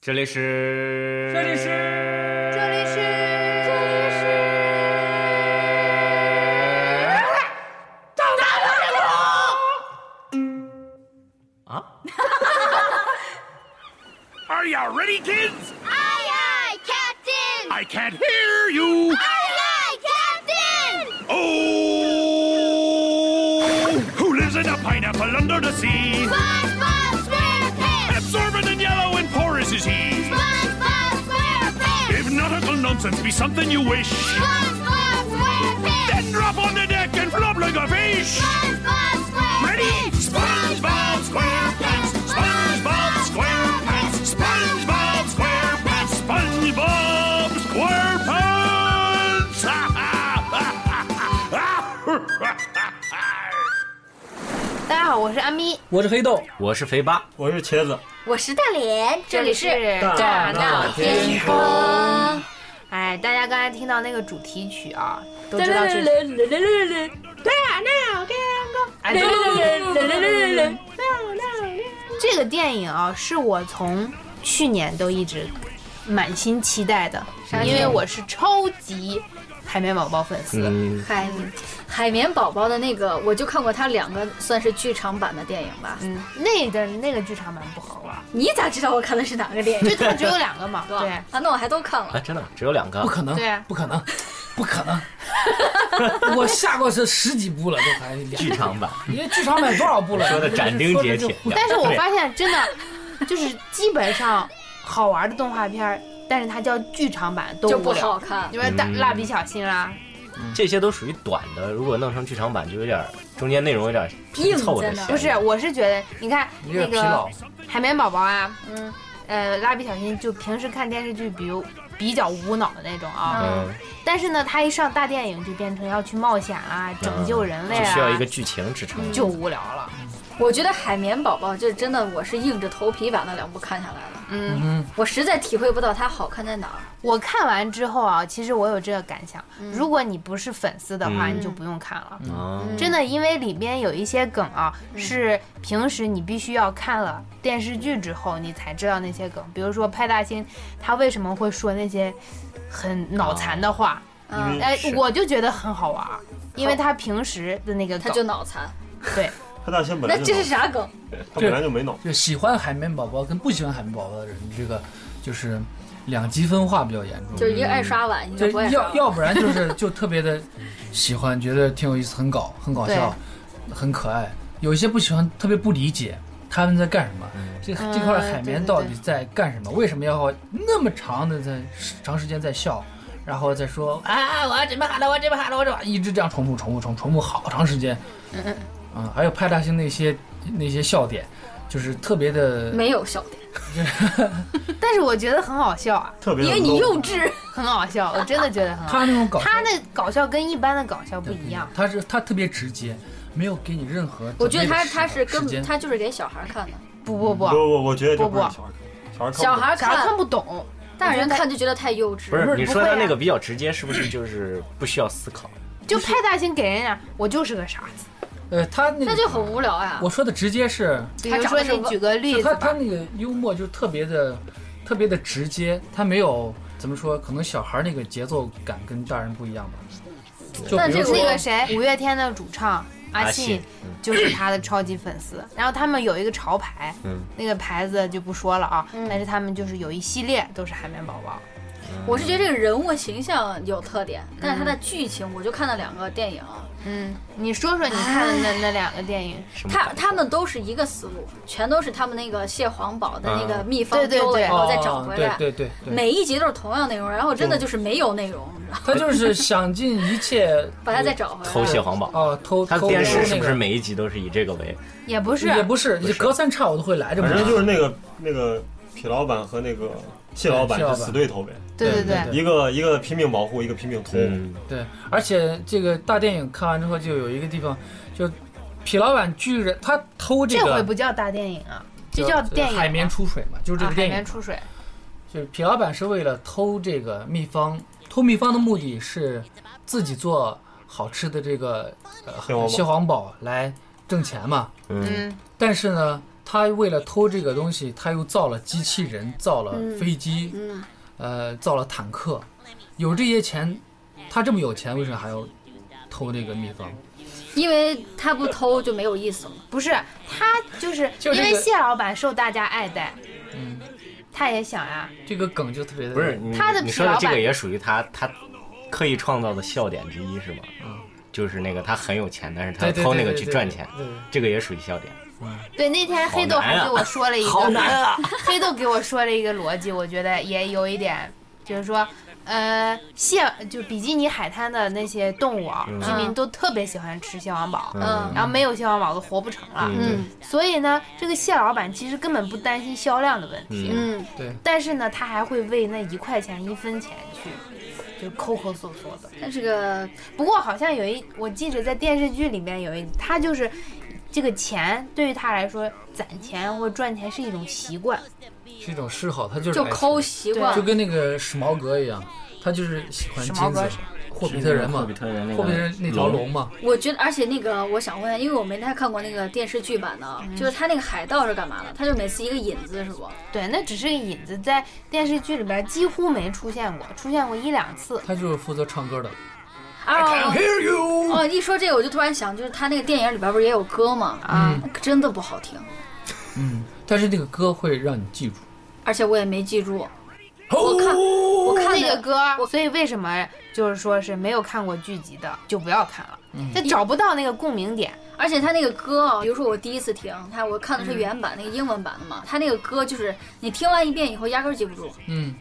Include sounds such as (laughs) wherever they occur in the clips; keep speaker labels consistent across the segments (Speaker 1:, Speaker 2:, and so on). Speaker 1: 这里是，
Speaker 2: 这里是，
Speaker 3: 这里是，
Speaker 4: 这里是，
Speaker 2: 赵大
Speaker 1: 人物啊
Speaker 5: ！Are you ready, kids?
Speaker 4: Aye, aye, Captain.
Speaker 5: I can't hear you.
Speaker 4: Aye, aye, Captain.
Speaker 5: Oh! Who lives in a pineapple under the sea?
Speaker 4: SpongeBob SquarePants.
Speaker 5: Absorbent and yellow and porous is he.
Speaker 4: SpongeBob SquarePants.
Speaker 5: If nautical nonsense be something you wish,
Speaker 4: SpongeBob SquarePants.
Speaker 5: then drop on the deck and flop like a fish.
Speaker 4: SpongeBob SquarePants.
Speaker 5: Ready? SpongeBob SquarePants. SpongeBob SquarePants. SpongeBob SquarePants. (laughs) SpongeBob SquarePants.
Speaker 3: 大家好，我是阿咪，
Speaker 2: 我是黑豆，
Speaker 1: 我是肥八，
Speaker 6: 我是茄子，
Speaker 4: 我是大脸，这里是
Speaker 2: 大
Speaker 3: 闹
Speaker 6: 天
Speaker 3: 宫。哎，大家刚才听到那个主题曲啊，都知道这是。哎，对对对这个电影啊，是我从去年都一直满心期待的，因为我是超级海绵宝宝粉丝。
Speaker 1: 嗯，
Speaker 7: 海海绵宝宝的那个，我就看过他两个算是剧场版的电影吧。
Speaker 3: 嗯，那个那个剧场版不好玩，
Speaker 7: 你咋知道我看的是哪个电影？
Speaker 3: 就他们只有两个嘛，
Speaker 7: (laughs) 对
Speaker 3: 对
Speaker 7: 吧。啊，那我还都看
Speaker 1: 啊，
Speaker 7: 了。
Speaker 1: 真的只有两个
Speaker 2: 不，可能
Speaker 3: 对啊，
Speaker 2: 不可能，不可能！ (laughs) 我下过这十几部了，都还两
Speaker 1: 剧场版，
Speaker 2: 你这剧场版多少部了？
Speaker 1: 说的斩钉截铁
Speaker 2: 说着就。
Speaker 3: 但是我发现真的，就是基本上好玩的动画片儿，但是它叫剧场版都
Speaker 7: 就
Speaker 3: 无
Speaker 7: 不
Speaker 3: 聊
Speaker 7: 好。看，
Speaker 3: 你们大
Speaker 1: 嗯
Speaker 3: 蜡笔小新啊啦，
Speaker 1: 这些都属于短的，如果弄成剧场版，就有点儿中间内容有点儿拼凑
Speaker 7: 硬在
Speaker 1: 的
Speaker 7: 那
Speaker 1: 嫌疑。
Speaker 7: 儿
Speaker 3: 不是，我是觉得你看
Speaker 2: 你有
Speaker 3: 那
Speaker 2: 点疲劳
Speaker 3: 个，海绵宝宝啊，
Speaker 7: 嗯，
Speaker 3: 呃，蜡笔小新就平时看电视剧比如比较无脑的那种啊，
Speaker 1: 嗯，
Speaker 3: 但是呢，他一上大电影就变成要去冒险啊，拯救人
Speaker 1: 嗯
Speaker 3: 类
Speaker 1: 就
Speaker 3: 啊，
Speaker 1: 需要一个剧情支撑。
Speaker 3: 就无聊了。
Speaker 7: 我觉得海绵宝宝这真的，我是硬着头皮把那两部看下来了。
Speaker 3: 嗯，
Speaker 2: 嗯，
Speaker 7: 我实在体会不到它好看在哪儿。
Speaker 3: 我看完之后啊，其实我有这个感想，
Speaker 7: 嗯
Speaker 3: 如果你不是粉丝的话，
Speaker 1: 嗯
Speaker 3: 你就不用看了。
Speaker 1: 啊，
Speaker 3: 真的，因为里边有一些梗啊，是平时你必须要看了电视剧之后，你才知道那些梗。比如说派大星，他为什么会说那些很脑残的话？
Speaker 7: 嗯，
Speaker 3: 哎，
Speaker 1: 是
Speaker 3: 我就觉得很好玩儿，因为他平时的那个
Speaker 7: 它
Speaker 3: 梗，
Speaker 7: 就脑残。
Speaker 3: 对，
Speaker 6: 派大星本
Speaker 7: 那
Speaker 6: 来就
Speaker 7: 这
Speaker 6: 没
Speaker 7: 是啥梗？
Speaker 6: 他本来就没脑。
Speaker 2: 就喜欢海绵宝宝跟不喜欢海绵宝宝的人，这个就是两极分化比较严重。
Speaker 7: 就是一个爱刷碗，一个
Speaker 2: 这
Speaker 7: 不爱刷
Speaker 2: 要
Speaker 7: 碗。
Speaker 2: 要不然就是就特别的喜欢，觉得挺有意思，很搞，很搞笑，很可爱。有一些不喜欢，特别不理解他们在干什么，这这块海绵到底在干什么？为什么要那么长的在长时间在笑，然后再说啊我要怎么好了，我怎么好了，我怎么好了一直这样重复重复重重复好长时间。嗯，还有派大星那些那些笑点，就是特别的
Speaker 7: 没有笑点，
Speaker 3: 但是我觉得很好笑啊，
Speaker 6: 特别
Speaker 7: 因
Speaker 6: 的
Speaker 7: 为你
Speaker 6: low
Speaker 7: 幼稚。
Speaker 3: 很好 (laughs) 笑，我真的觉得很好
Speaker 2: 他。那种搞笑
Speaker 3: 他那搞笑跟一般的搞笑不一样，
Speaker 2: 嗯他是他特别直接，没有给你任何准备的时候。
Speaker 7: 我觉得他他是根
Speaker 2: 时间
Speaker 7: 本他就是给小孩看的，
Speaker 3: 不不
Speaker 6: 不
Speaker 3: 不，
Speaker 6: 不，我觉得这
Speaker 3: 啊不
Speaker 6: 不是
Speaker 3: 不
Speaker 6: 小孩看，小孩看不
Speaker 7: 小
Speaker 6: 懂
Speaker 3: 小孩
Speaker 7: 孩
Speaker 3: 嗯看
Speaker 7: 看，
Speaker 3: 不懂，
Speaker 7: 大人
Speaker 3: 我觉得
Speaker 7: 看就觉得太幼稚。
Speaker 1: 不是，你
Speaker 3: 不
Speaker 1: 说
Speaker 3: 会
Speaker 1: 他
Speaker 3: 啊
Speaker 1: 那个比较直接，是不是就是不需要思考？
Speaker 3: 就派大星给人家，我就是个傻子。
Speaker 2: 呃，他那个
Speaker 7: 那就很无聊呀。
Speaker 2: 我说的直接是，
Speaker 3: 比
Speaker 7: 他
Speaker 3: 如
Speaker 7: 长
Speaker 3: 说
Speaker 7: 得是
Speaker 3: 你
Speaker 7: 个
Speaker 3: 举个例 (laughs)
Speaker 2: 就
Speaker 3: 子
Speaker 2: 他
Speaker 3: 吧，
Speaker 2: 他那个幽默就特别的，特别的直接，他没有怎么说，可能小孩那个节奏感跟大人不一样吧。就
Speaker 7: 那
Speaker 2: 比
Speaker 7: 这
Speaker 2: 如
Speaker 7: 个
Speaker 2: 说
Speaker 3: 那个谁，五月天的主唱
Speaker 1: 阿
Speaker 3: 阿啊信
Speaker 1: 信，
Speaker 3: 就是他的超级粉丝。然后他们有一个潮牌，
Speaker 1: 嗯
Speaker 3: 那个牌子就不说了啊，但是他们就是有一系列都是海绵宝宝。
Speaker 7: 我是觉得这个人物形象有特点，但是他的剧情，我就看了两个电影，
Speaker 3: 嗯，你说说你看的那那两个电影，
Speaker 1: 什么
Speaker 7: 他
Speaker 1: 感觉
Speaker 7: 他们都是一个思路，全都是他们那个蟹黄堡的那个
Speaker 1: 嗯
Speaker 7: 秘方
Speaker 3: 对对
Speaker 7: 丢了
Speaker 3: 对
Speaker 7: 以后再找回
Speaker 2: 哦
Speaker 7: 来，
Speaker 2: 对对对对，
Speaker 7: 每一集都是同样内容，然后真的就是没有内容，你知道吗
Speaker 2: 他就是想尽一切
Speaker 7: 把它再找回来。
Speaker 1: 偷蟹黄堡？
Speaker 2: 哦偷
Speaker 1: 他
Speaker 2: 偷
Speaker 1: 电
Speaker 2: 偷
Speaker 1: 视是
Speaker 2: 那
Speaker 1: 不
Speaker 2: 个
Speaker 1: 是每一集都是以这个为？
Speaker 3: 也不是，
Speaker 2: 也不是，你隔三差五都会来这么
Speaker 6: 反
Speaker 2: 着。
Speaker 6: 正就是那个那个痞老板和那个蟹老板
Speaker 2: 蟹老
Speaker 6: 是
Speaker 2: 板
Speaker 6: 死对头呗，
Speaker 3: 对
Speaker 2: 对
Speaker 3: 对
Speaker 2: 对
Speaker 6: 一个一个拼命保护，一个拼命偷。
Speaker 1: 嗯，
Speaker 2: 对，而且这个大电影看完之后，就有一个地方，就痞老板居然他偷这
Speaker 3: 这回
Speaker 2: 个
Speaker 3: 不叫大电影啊，这
Speaker 2: 就
Speaker 3: 叫电影啊。
Speaker 2: 海绵出水嘛，就是这
Speaker 3: 啊，海
Speaker 2: 个电影，
Speaker 3: 绵出水，
Speaker 2: 就是痞老板是为了偷这个秘方，偷秘方的目的是自己做好吃的这个
Speaker 6: 蟹黄
Speaker 2: 呃
Speaker 6: 堡
Speaker 2: 蟹黄堡来挣钱嘛，
Speaker 1: 嗯
Speaker 3: 嗯，
Speaker 2: 但是呢，他为了偷这个东西，他又造了机器人，造了飞机，
Speaker 3: 嗯
Speaker 2: 呃，造了坦克。有这些钱，他这么有钱，为什么还要偷那个秘方？
Speaker 7: 因为他不偷就没有意思了。
Speaker 3: 不是，他就是
Speaker 2: 就
Speaker 3: 因
Speaker 2: 这个嗯
Speaker 3: 为谢老板受大家爱戴，他也想呀、
Speaker 2: 这个梗就特别的
Speaker 1: 不是你
Speaker 3: 他的
Speaker 1: 你
Speaker 3: 皮
Speaker 1: 说的
Speaker 3: 老
Speaker 1: 这个
Speaker 3: 板
Speaker 1: 也属于他他刻意创造的笑点之一是吗？嗯，就是那个他很有钱，但是他
Speaker 2: 对
Speaker 1: 要
Speaker 2: 对
Speaker 1: 偷
Speaker 2: 对
Speaker 1: 那个
Speaker 2: 对
Speaker 1: 去
Speaker 2: 对
Speaker 1: 赚
Speaker 2: 对
Speaker 1: 钱
Speaker 2: 对对，
Speaker 1: 这个也属于笑点。
Speaker 3: (laughs) 对，那天黑豆还给我说了一个，
Speaker 1: 啊好难啊！
Speaker 3: (laughs) 黑豆给我说了一个逻辑，我觉得也有一点，就是说，呃，蟹就比基尼海滩的那些动物
Speaker 1: 嗯
Speaker 3: 啊，居民都特别喜欢吃蟹黄堡，
Speaker 7: 嗯
Speaker 3: 然后没有蟹黄堡都活不成了。
Speaker 1: 嗯
Speaker 3: 所以呢，这个蟹老板其实根本不担心销量的问题，
Speaker 1: 嗯
Speaker 7: 嗯，
Speaker 2: 对，
Speaker 3: 但是呢，他还会为那一块钱、一分钱去，就抠抠搜搜的。
Speaker 7: 但是个
Speaker 3: 不过好像有一，我记着在电视剧里面有一，他就是这个钱对于他来说，攒钱或赚钱是一种习惯。
Speaker 2: 是一种嗜好，他就是
Speaker 7: 就
Speaker 2: 爱吃
Speaker 7: 抠习惯
Speaker 2: 就，跟那个史茅革一样，他就是喜欢
Speaker 3: 史茅
Speaker 2: 金
Speaker 3: 革
Speaker 2: 子
Speaker 3: 是，
Speaker 2: 霍比特人嘛，
Speaker 1: 霍比特人那个
Speaker 2: 霍比特人那条龙嘛，
Speaker 7: 我觉得，而且那个，我想问，因为我没太看过那个电视剧版的，
Speaker 3: 嗯
Speaker 7: 就是他那个海盗是干嘛的？他就每次一个引子是不？
Speaker 3: 对，那只是个引子，在电视剧里边几乎没出现过，出现过一两次。
Speaker 2: 他就是负责唱歌的。
Speaker 7: 啊，哦，一说这个我就突然想，就是他那个电影里边不是也有歌吗？
Speaker 1: 嗯
Speaker 7: 啊，真的不好听，
Speaker 2: 嗯，但是那个歌会让你记住。
Speaker 7: 而且我也没记住。我看我看
Speaker 3: 那
Speaker 7: 那
Speaker 3: 个
Speaker 7: 个歌，
Speaker 3: 歌，所以为什么就是说是没有看过剧集的就不要看了，
Speaker 7: 嗯
Speaker 3: 他找不到那个共鸣点。
Speaker 7: 而且他那个歌啊，比如说我第一次听他，我看的
Speaker 1: 嗯
Speaker 7: 是原版那个英文版的嘛，他那个歌就是你听完一遍以后压根儿记不住，
Speaker 2: 嗯，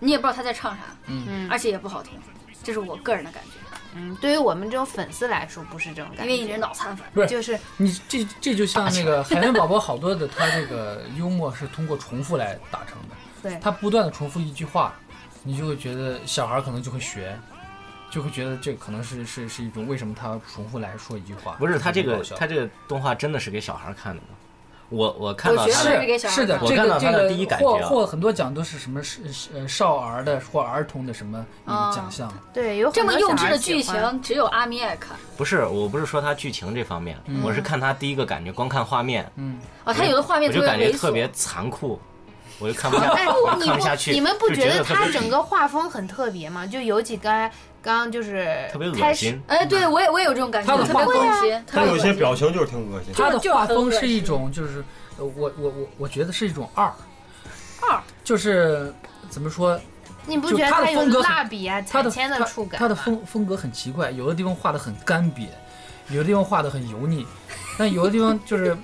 Speaker 7: 你也不知道他在唱啥，
Speaker 3: 嗯
Speaker 7: 而且也不好听，这是我个人的感觉，
Speaker 3: 嗯，对于我们这种粉丝来说不是这种感
Speaker 7: 因
Speaker 3: 觉，
Speaker 7: 为你是脑残粉。
Speaker 2: 不是，
Speaker 3: 就是
Speaker 2: 你这这就像那
Speaker 7: (laughs)
Speaker 2: 个海绵宝宝，好多的他这个幽默是通过重复来达成的，
Speaker 3: 对
Speaker 2: 他不断的重复一句话，你就会觉得小孩可能就会学。就会觉得这可能是是是一种为什么他要重复来说一句话，
Speaker 1: 不是他这个
Speaker 2: 搞笑
Speaker 1: 他这个动画真的是给小孩看的吗？我我看
Speaker 7: 我
Speaker 1: 到
Speaker 7: 觉
Speaker 1: 他
Speaker 7: 得
Speaker 1: 的
Speaker 7: 是给小孩
Speaker 2: 是的，
Speaker 7: 看
Speaker 1: 我
Speaker 2: 这
Speaker 1: 看
Speaker 2: 个
Speaker 1: 到
Speaker 2: 这
Speaker 1: 他
Speaker 2: 个
Speaker 1: 的第一感
Speaker 2: 获
Speaker 1: 觉啊
Speaker 2: 获很多奖都是什么是是呃少儿的或儿童的什么
Speaker 7: 啊
Speaker 2: 嗯奖项，
Speaker 3: 对有很
Speaker 7: 这么
Speaker 3: 多
Speaker 7: 幼
Speaker 3: 小
Speaker 7: 稚
Speaker 3: 孩
Speaker 7: 的
Speaker 3: 喜
Speaker 7: 剧
Speaker 3: 欢，
Speaker 7: 情，只有阿咪爱看。
Speaker 1: 不是，我不是说他剧情这方面，
Speaker 7: 嗯
Speaker 1: 我是看他第一个感觉，光看画面，
Speaker 2: 嗯，
Speaker 7: 哦，他有的画面
Speaker 1: 我
Speaker 7: 特
Speaker 1: 就
Speaker 7: 别
Speaker 1: 感觉
Speaker 7: 猥琐，
Speaker 1: 特别残酷，我就看不下，
Speaker 3: (laughs)
Speaker 1: (laughs)
Speaker 3: 哎
Speaker 1: 我就
Speaker 3: 你
Speaker 1: 看
Speaker 3: 不
Speaker 1: 不下去。
Speaker 3: 你们不
Speaker 1: 就
Speaker 3: 觉
Speaker 1: 觉
Speaker 3: 得
Speaker 1: 特别
Speaker 3: 他整个画风很特别吗？就尤其刚才刚刚就是
Speaker 1: 特别恶
Speaker 3: 开始
Speaker 1: 心？
Speaker 7: 哎，对我也我也有这种感觉，
Speaker 2: 他的
Speaker 7: 特
Speaker 2: 画
Speaker 7: 别
Speaker 2: 风
Speaker 7: 恶心，特
Speaker 6: 他
Speaker 7: 别
Speaker 6: 有一些
Speaker 7: 恶心
Speaker 6: 表情就是挺恶心。
Speaker 2: 他的
Speaker 7: 就是很
Speaker 2: 画风
Speaker 7: 恶
Speaker 2: 是一
Speaker 7: 心
Speaker 2: 种就是呃我我我我觉得是一种二，
Speaker 7: 二
Speaker 2: 就是怎么说
Speaker 3: 你不
Speaker 2: 就
Speaker 3: 觉得
Speaker 2: 他的
Speaker 3: 有
Speaker 2: 风格很
Speaker 3: 蜡笔啊、
Speaker 2: 他
Speaker 3: 彩
Speaker 2: 的
Speaker 3: 铅
Speaker 2: 他
Speaker 3: 触感
Speaker 2: 他的
Speaker 3: 吗
Speaker 2: 风风格很奇怪，有的地方画的很干瘪，有的地方画的很油腻， (laughs) 但有的地方就是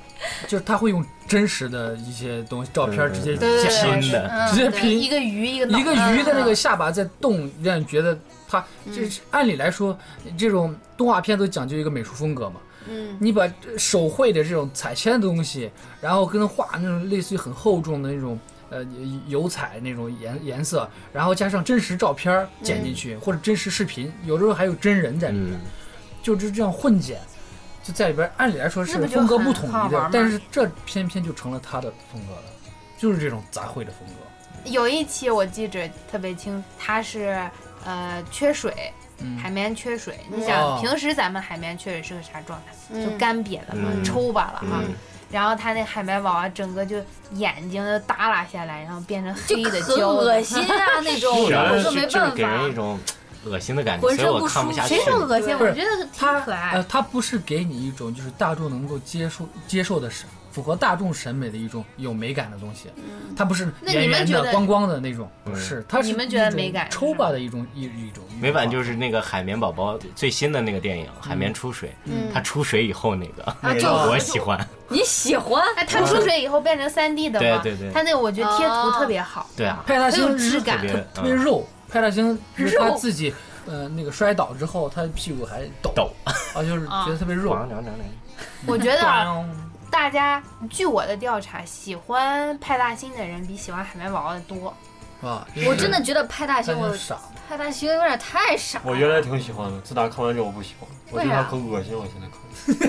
Speaker 2: 就是他会用真实的一些东西照片直接
Speaker 1: 嗯
Speaker 3: 对对
Speaker 2: 加
Speaker 3: 对
Speaker 1: 新
Speaker 3: 是
Speaker 1: 的，
Speaker 2: 直接
Speaker 7: 对
Speaker 2: 拼
Speaker 3: 一个鱼一个脑嗯
Speaker 2: 一个鱼的那个下巴在动，让你觉得它
Speaker 3: 嗯
Speaker 2: 就是按理来说，这种动画片都讲究一个美术风格嘛。
Speaker 7: 嗯，
Speaker 2: 你把手绘的这种彩铅的东西，然后跟画那种类似于很厚重的那种呃油彩那种颜颜色，然后加上真实照片儿剪
Speaker 3: 嗯
Speaker 2: 进去，或者真实视频，有的时候还有真人在里面，
Speaker 1: 嗯，
Speaker 2: 就就这样混剪。就在里边，按理来说
Speaker 3: 那
Speaker 2: 是
Speaker 3: 不就
Speaker 2: 风格
Speaker 3: 很
Speaker 2: 不统
Speaker 3: 好
Speaker 2: 一
Speaker 3: 玩吗
Speaker 2: 的，但是这偏偏就成了他的风格了，就是这种杂烩的风格。
Speaker 3: 嗯有一期我记着特别清，它是呃缺水，
Speaker 2: 嗯
Speaker 3: 海绵缺水。你
Speaker 2: 哦
Speaker 3: 想平时咱们海绵缺水是个啥状态？就干瘪的嘛，
Speaker 1: 嗯
Speaker 3: 抽巴了哈
Speaker 1: 嗯。
Speaker 3: 然后他那海绵宝宝整个就眼睛就耷拉下来，然后变成
Speaker 7: 就
Speaker 3: 黑的
Speaker 7: 很
Speaker 3: 胶
Speaker 7: 恶
Speaker 3: 的。
Speaker 7: 心啊那种，
Speaker 1: 是啊
Speaker 7: 我
Speaker 1: 就
Speaker 7: 就没
Speaker 1: 就是
Speaker 7: 办
Speaker 1: 给人一
Speaker 7: 法。
Speaker 1: 种恶心的感觉，
Speaker 7: 浑
Speaker 1: 所
Speaker 7: 身
Speaker 1: 以我
Speaker 7: 不
Speaker 1: 看不
Speaker 7: 舒
Speaker 1: 下
Speaker 7: 服
Speaker 1: 去
Speaker 3: 谁。说恶心？
Speaker 2: 不
Speaker 3: 我
Speaker 2: 是
Speaker 3: 觉得挺
Speaker 2: 它
Speaker 3: 可
Speaker 2: 呃，
Speaker 3: 爱。
Speaker 2: 它不是给你一种就是大众能够接受接受的审，符合大众审美的一种有美感的东西。它不是
Speaker 3: 那你
Speaker 2: 圆
Speaker 3: 们
Speaker 2: 圆
Speaker 3: 觉
Speaker 2: 的、
Speaker 3: 得
Speaker 2: 光光的那种，不是。它是
Speaker 3: 你们觉得
Speaker 2: 一种
Speaker 3: 美感是
Speaker 2: 抽
Speaker 3: 吗
Speaker 2: 吧的一种一一种
Speaker 1: 美版就是是那个海绵宝宝最新的那个电影《海绵出水》，它出水以后嗯那个，
Speaker 7: 啊，就
Speaker 1: 我喜欢。 (laughs)
Speaker 7: 你喜欢？
Speaker 3: 哎，它出水以后变成三 D 的嘛？
Speaker 1: 对对对
Speaker 3: 它那个我觉得贴图
Speaker 7: 哦
Speaker 3: 特别好。
Speaker 1: 对啊，
Speaker 2: 派大
Speaker 3: 很有
Speaker 2: 星
Speaker 3: 质
Speaker 2: 是
Speaker 3: 感
Speaker 1: 特别
Speaker 2: 特特别
Speaker 1: 嗯
Speaker 2: 肉，派大星就是他自己呃那个摔倒之后，他的屁股还抖
Speaker 1: 抖，
Speaker 2: 啊，就是觉得特别肉。
Speaker 1: 凉凉凉凉。
Speaker 3: 我觉得啊
Speaker 2: 咣
Speaker 3: 大家据我的调查，喜欢派大星的人比喜欢海绵宝宝的多。
Speaker 2: 是吧？
Speaker 7: 我真的觉得派大
Speaker 2: 他
Speaker 7: 星，我
Speaker 2: 傻。
Speaker 7: 派大星有点太傻了，
Speaker 6: 我原来挺喜欢的，自打看完这我不喜欢了，我觉得
Speaker 7: 为
Speaker 6: 它
Speaker 7: 啥
Speaker 6: 可恶心了，现在看，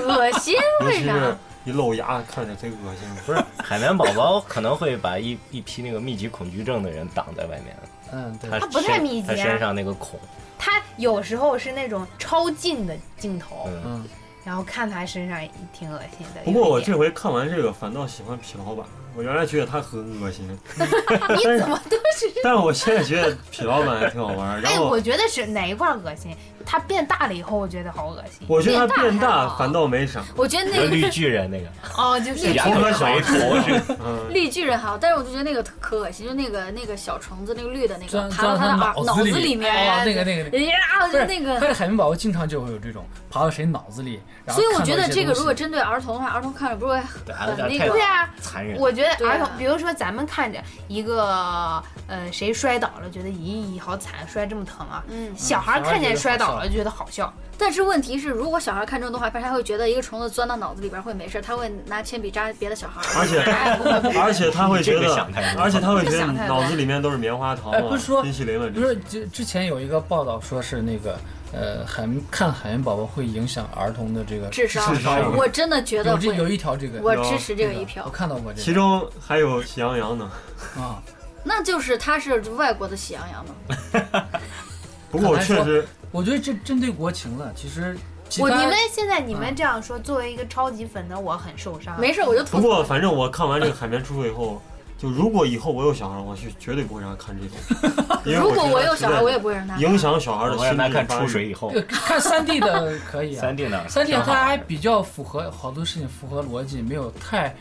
Speaker 7: 恶心，
Speaker 6: 尤
Speaker 7: 为
Speaker 6: 其
Speaker 7: 啥
Speaker 6: 是？一露牙，看着贼恶心。
Speaker 1: 不是海绵宝宝可能会把一一批那个密集恐惧症的人挡在外面，
Speaker 2: 嗯，对
Speaker 1: 他，
Speaker 3: 它不太密集啊
Speaker 1: 身他身上那个孔，
Speaker 3: 它有时候是那种超近的镜头，
Speaker 1: 嗯
Speaker 2: 嗯，
Speaker 3: 然后看他身上也挺恶心的。
Speaker 6: 不过我
Speaker 3: 有一点
Speaker 6: 这回看完这个，反倒喜欢痞老板。我原来觉得他很恶心，
Speaker 3: 你怎么都是
Speaker 6: 但是我现在觉得痞老板还挺好玩儿。然
Speaker 3: 哎，
Speaker 6: 后
Speaker 3: 我觉得是哪一块儿恶心？他变大了以后，我觉得好恶心。
Speaker 6: 我觉得他变
Speaker 7: 变大还
Speaker 6: 大
Speaker 7: 好
Speaker 6: 反倒没啥，
Speaker 7: 我觉得
Speaker 1: 那
Speaker 7: 那个
Speaker 1: 绿巨人那个
Speaker 3: 哦，就是
Speaker 1: 牙口水口水，
Speaker 6: 嗯，
Speaker 7: 绿巨人还好，但是我就觉得那个可恶心，就那个那个小虫子，那个绿的那个
Speaker 2: 钻
Speaker 7: 爬
Speaker 2: 钻到
Speaker 7: 到他的
Speaker 2: 他
Speaker 7: 耳
Speaker 2: 脑
Speaker 7: 脑
Speaker 2: 子
Speaker 7: 子
Speaker 2: 里
Speaker 7: 里面，
Speaker 2: 哦那个那个那个
Speaker 7: 人家啊，我
Speaker 2: 不
Speaker 7: 觉
Speaker 2: 是
Speaker 7: 得那
Speaker 2: 快
Speaker 7: 个。
Speaker 2: 乐海绵宝宝经常就会有这种爬到谁脑子里，然后
Speaker 7: 所以我
Speaker 2: 看
Speaker 7: 觉
Speaker 2: 到
Speaker 7: 得
Speaker 2: 一些
Speaker 7: 这个
Speaker 2: 东西
Speaker 7: 如果针对儿童的话，儿童看着不是会
Speaker 1: 对
Speaker 7: 很
Speaker 1: 还有点
Speaker 7: 那
Speaker 1: 太
Speaker 7: 个
Speaker 3: 对啊。
Speaker 1: 残忍。
Speaker 3: 我觉得
Speaker 7: 对
Speaker 3: 儿
Speaker 7: 啊
Speaker 3: 童，比如说咱们看着一个呃谁摔倒了，觉得咦好惨，摔这么疼啊。
Speaker 7: 嗯
Speaker 3: 小孩
Speaker 2: 小孩
Speaker 3: 看
Speaker 2: 觉
Speaker 3: 见
Speaker 2: 得
Speaker 3: 摔
Speaker 2: 好
Speaker 3: 倒
Speaker 2: 笑
Speaker 3: 了觉得好笑，
Speaker 7: 但是问题是，如果小孩看这种动画片，他会觉得一个虫子钻到脑子里边会没事，他会拿铅笔扎别的小孩。
Speaker 6: 而
Speaker 7: (laughs)
Speaker 6: 且而且他会觉
Speaker 1: 你这
Speaker 6: 得
Speaker 1: 个想太，多
Speaker 6: 而且他会觉
Speaker 3: 这
Speaker 6: 得
Speaker 3: 个想太多
Speaker 6: 脑子里面都是棉花糖
Speaker 2: 哎不
Speaker 1: 哦
Speaker 6: 啊
Speaker 2: 是说、
Speaker 6: 冰淇淋了这
Speaker 2: 不
Speaker 6: 些，
Speaker 2: 是之之前有一个报道说是那个呃海绵看海绵宝宝会影响儿童的这个
Speaker 7: 智商
Speaker 6: 智商
Speaker 7: 我真的觉得
Speaker 2: 有这
Speaker 7: 会，
Speaker 2: 有一条这个
Speaker 7: 我
Speaker 6: 有
Speaker 7: 支持这个一
Speaker 2: 我
Speaker 7: 票。
Speaker 2: 看到过这个，
Speaker 6: 其中还有喜羊羊呢。
Speaker 2: 啊
Speaker 7: 那就是他是外国的喜羊羊嘛？
Speaker 6: 不过我确实，
Speaker 2: 我觉得这针对国情了，其实其
Speaker 3: 我
Speaker 2: 他
Speaker 3: 你们现在你
Speaker 2: 嗯
Speaker 3: 们这样说，作为一个超级粉的我很受伤。
Speaker 7: 没事，我就吐
Speaker 6: 啊不过反正我看完这个海绵出去以后，就如果以后我有小孩，我是绝对不会让他看这种。
Speaker 7: (laughs)
Speaker 6: 因为
Speaker 7: 如果
Speaker 6: 觉得
Speaker 7: 我有小孩，我也
Speaker 6: 实
Speaker 7: 不会让他
Speaker 6: 在
Speaker 7: 看
Speaker 6: 影。响小孩的
Speaker 1: 我
Speaker 6: 心
Speaker 1: 让
Speaker 6: 理
Speaker 1: 他看
Speaker 6: 发育
Speaker 1: 出水以后
Speaker 2: 这，个呃看三 D 的可以
Speaker 1: (laughs)
Speaker 2: 啊，
Speaker 1: 三 D 呢？
Speaker 2: 三 D
Speaker 1: 挺好
Speaker 2: 它
Speaker 1: 玩
Speaker 2: 还
Speaker 1: 的
Speaker 2: 比较符合好多事情符合逻辑，没有太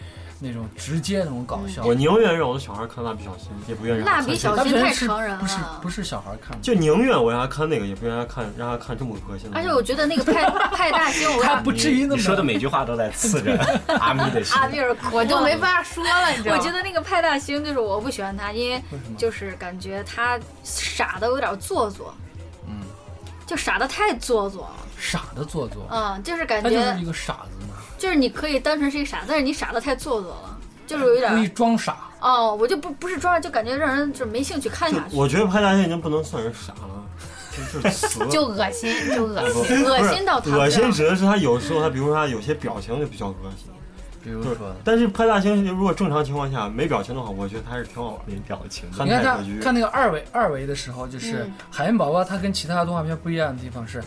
Speaker 2: 那种直接那种搞
Speaker 1: 嗯
Speaker 2: 笑。
Speaker 6: 我宁愿让我的小孩看蜡笔小新，也不愿意让他
Speaker 7: 蜡
Speaker 6: 看
Speaker 7: 笔
Speaker 6: 这个
Speaker 7: 小
Speaker 2: 它
Speaker 7: 新
Speaker 2: 本
Speaker 7: 太
Speaker 2: 身是
Speaker 7: 成人
Speaker 2: 不是
Speaker 7: 了
Speaker 2: 不是小孩看的，
Speaker 6: 就宁愿我让他看那个，也不愿意看让他看这么恶心的。
Speaker 7: 而且我觉得那个
Speaker 6: (laughs)
Speaker 7: 派派大星，我
Speaker 2: 他
Speaker 7: 让
Speaker 2: 不至于那
Speaker 1: 你
Speaker 2: 么
Speaker 1: 说的每句话都在刺 (laughs) 着阿咪的心
Speaker 7: 阿。比尔哭了
Speaker 3: 我就没。法说了，你知道
Speaker 7: 我
Speaker 3: 吗？。
Speaker 7: 觉得那个派大星就是我不喜欢他，因为
Speaker 2: 为什么
Speaker 7: 就是感觉他傻的有点做作，
Speaker 2: 嗯，
Speaker 7: 就傻的太做作了，
Speaker 2: 傻的做作，
Speaker 7: 嗯，就是感
Speaker 2: 他就是
Speaker 7: 觉
Speaker 2: 一个傻子嘛，
Speaker 7: 就是你可以单纯是一个傻，但是你傻的太做作了，就是有一
Speaker 2: 故意
Speaker 7: 点
Speaker 2: 装傻。
Speaker 7: 哦，我就不不是装，就感觉让人就没兴趣看
Speaker 6: 就
Speaker 7: 下去，
Speaker 6: 我觉得潘大星已经不能算是傻了，就是词
Speaker 3: 就恶心，就恶
Speaker 6: 不
Speaker 3: 心。
Speaker 6: 是
Speaker 7: 恶心到他
Speaker 6: 恶心指的是他有时候他，比如说他有些表情就比较恶心。
Speaker 2: 比如
Speaker 6: 对
Speaker 2: 说，，
Speaker 6: 但是潘大星如果正常情况下没表情的话，我觉得他还是挺好玩的。
Speaker 1: 没表情的，
Speaker 6: 很
Speaker 2: 你看
Speaker 6: 太
Speaker 2: 他
Speaker 6: 可惜
Speaker 2: 看那个二维二维的时候，就是
Speaker 7: 嗯
Speaker 2: 海绵宝宝，它跟其他的动画片不一样的地方是，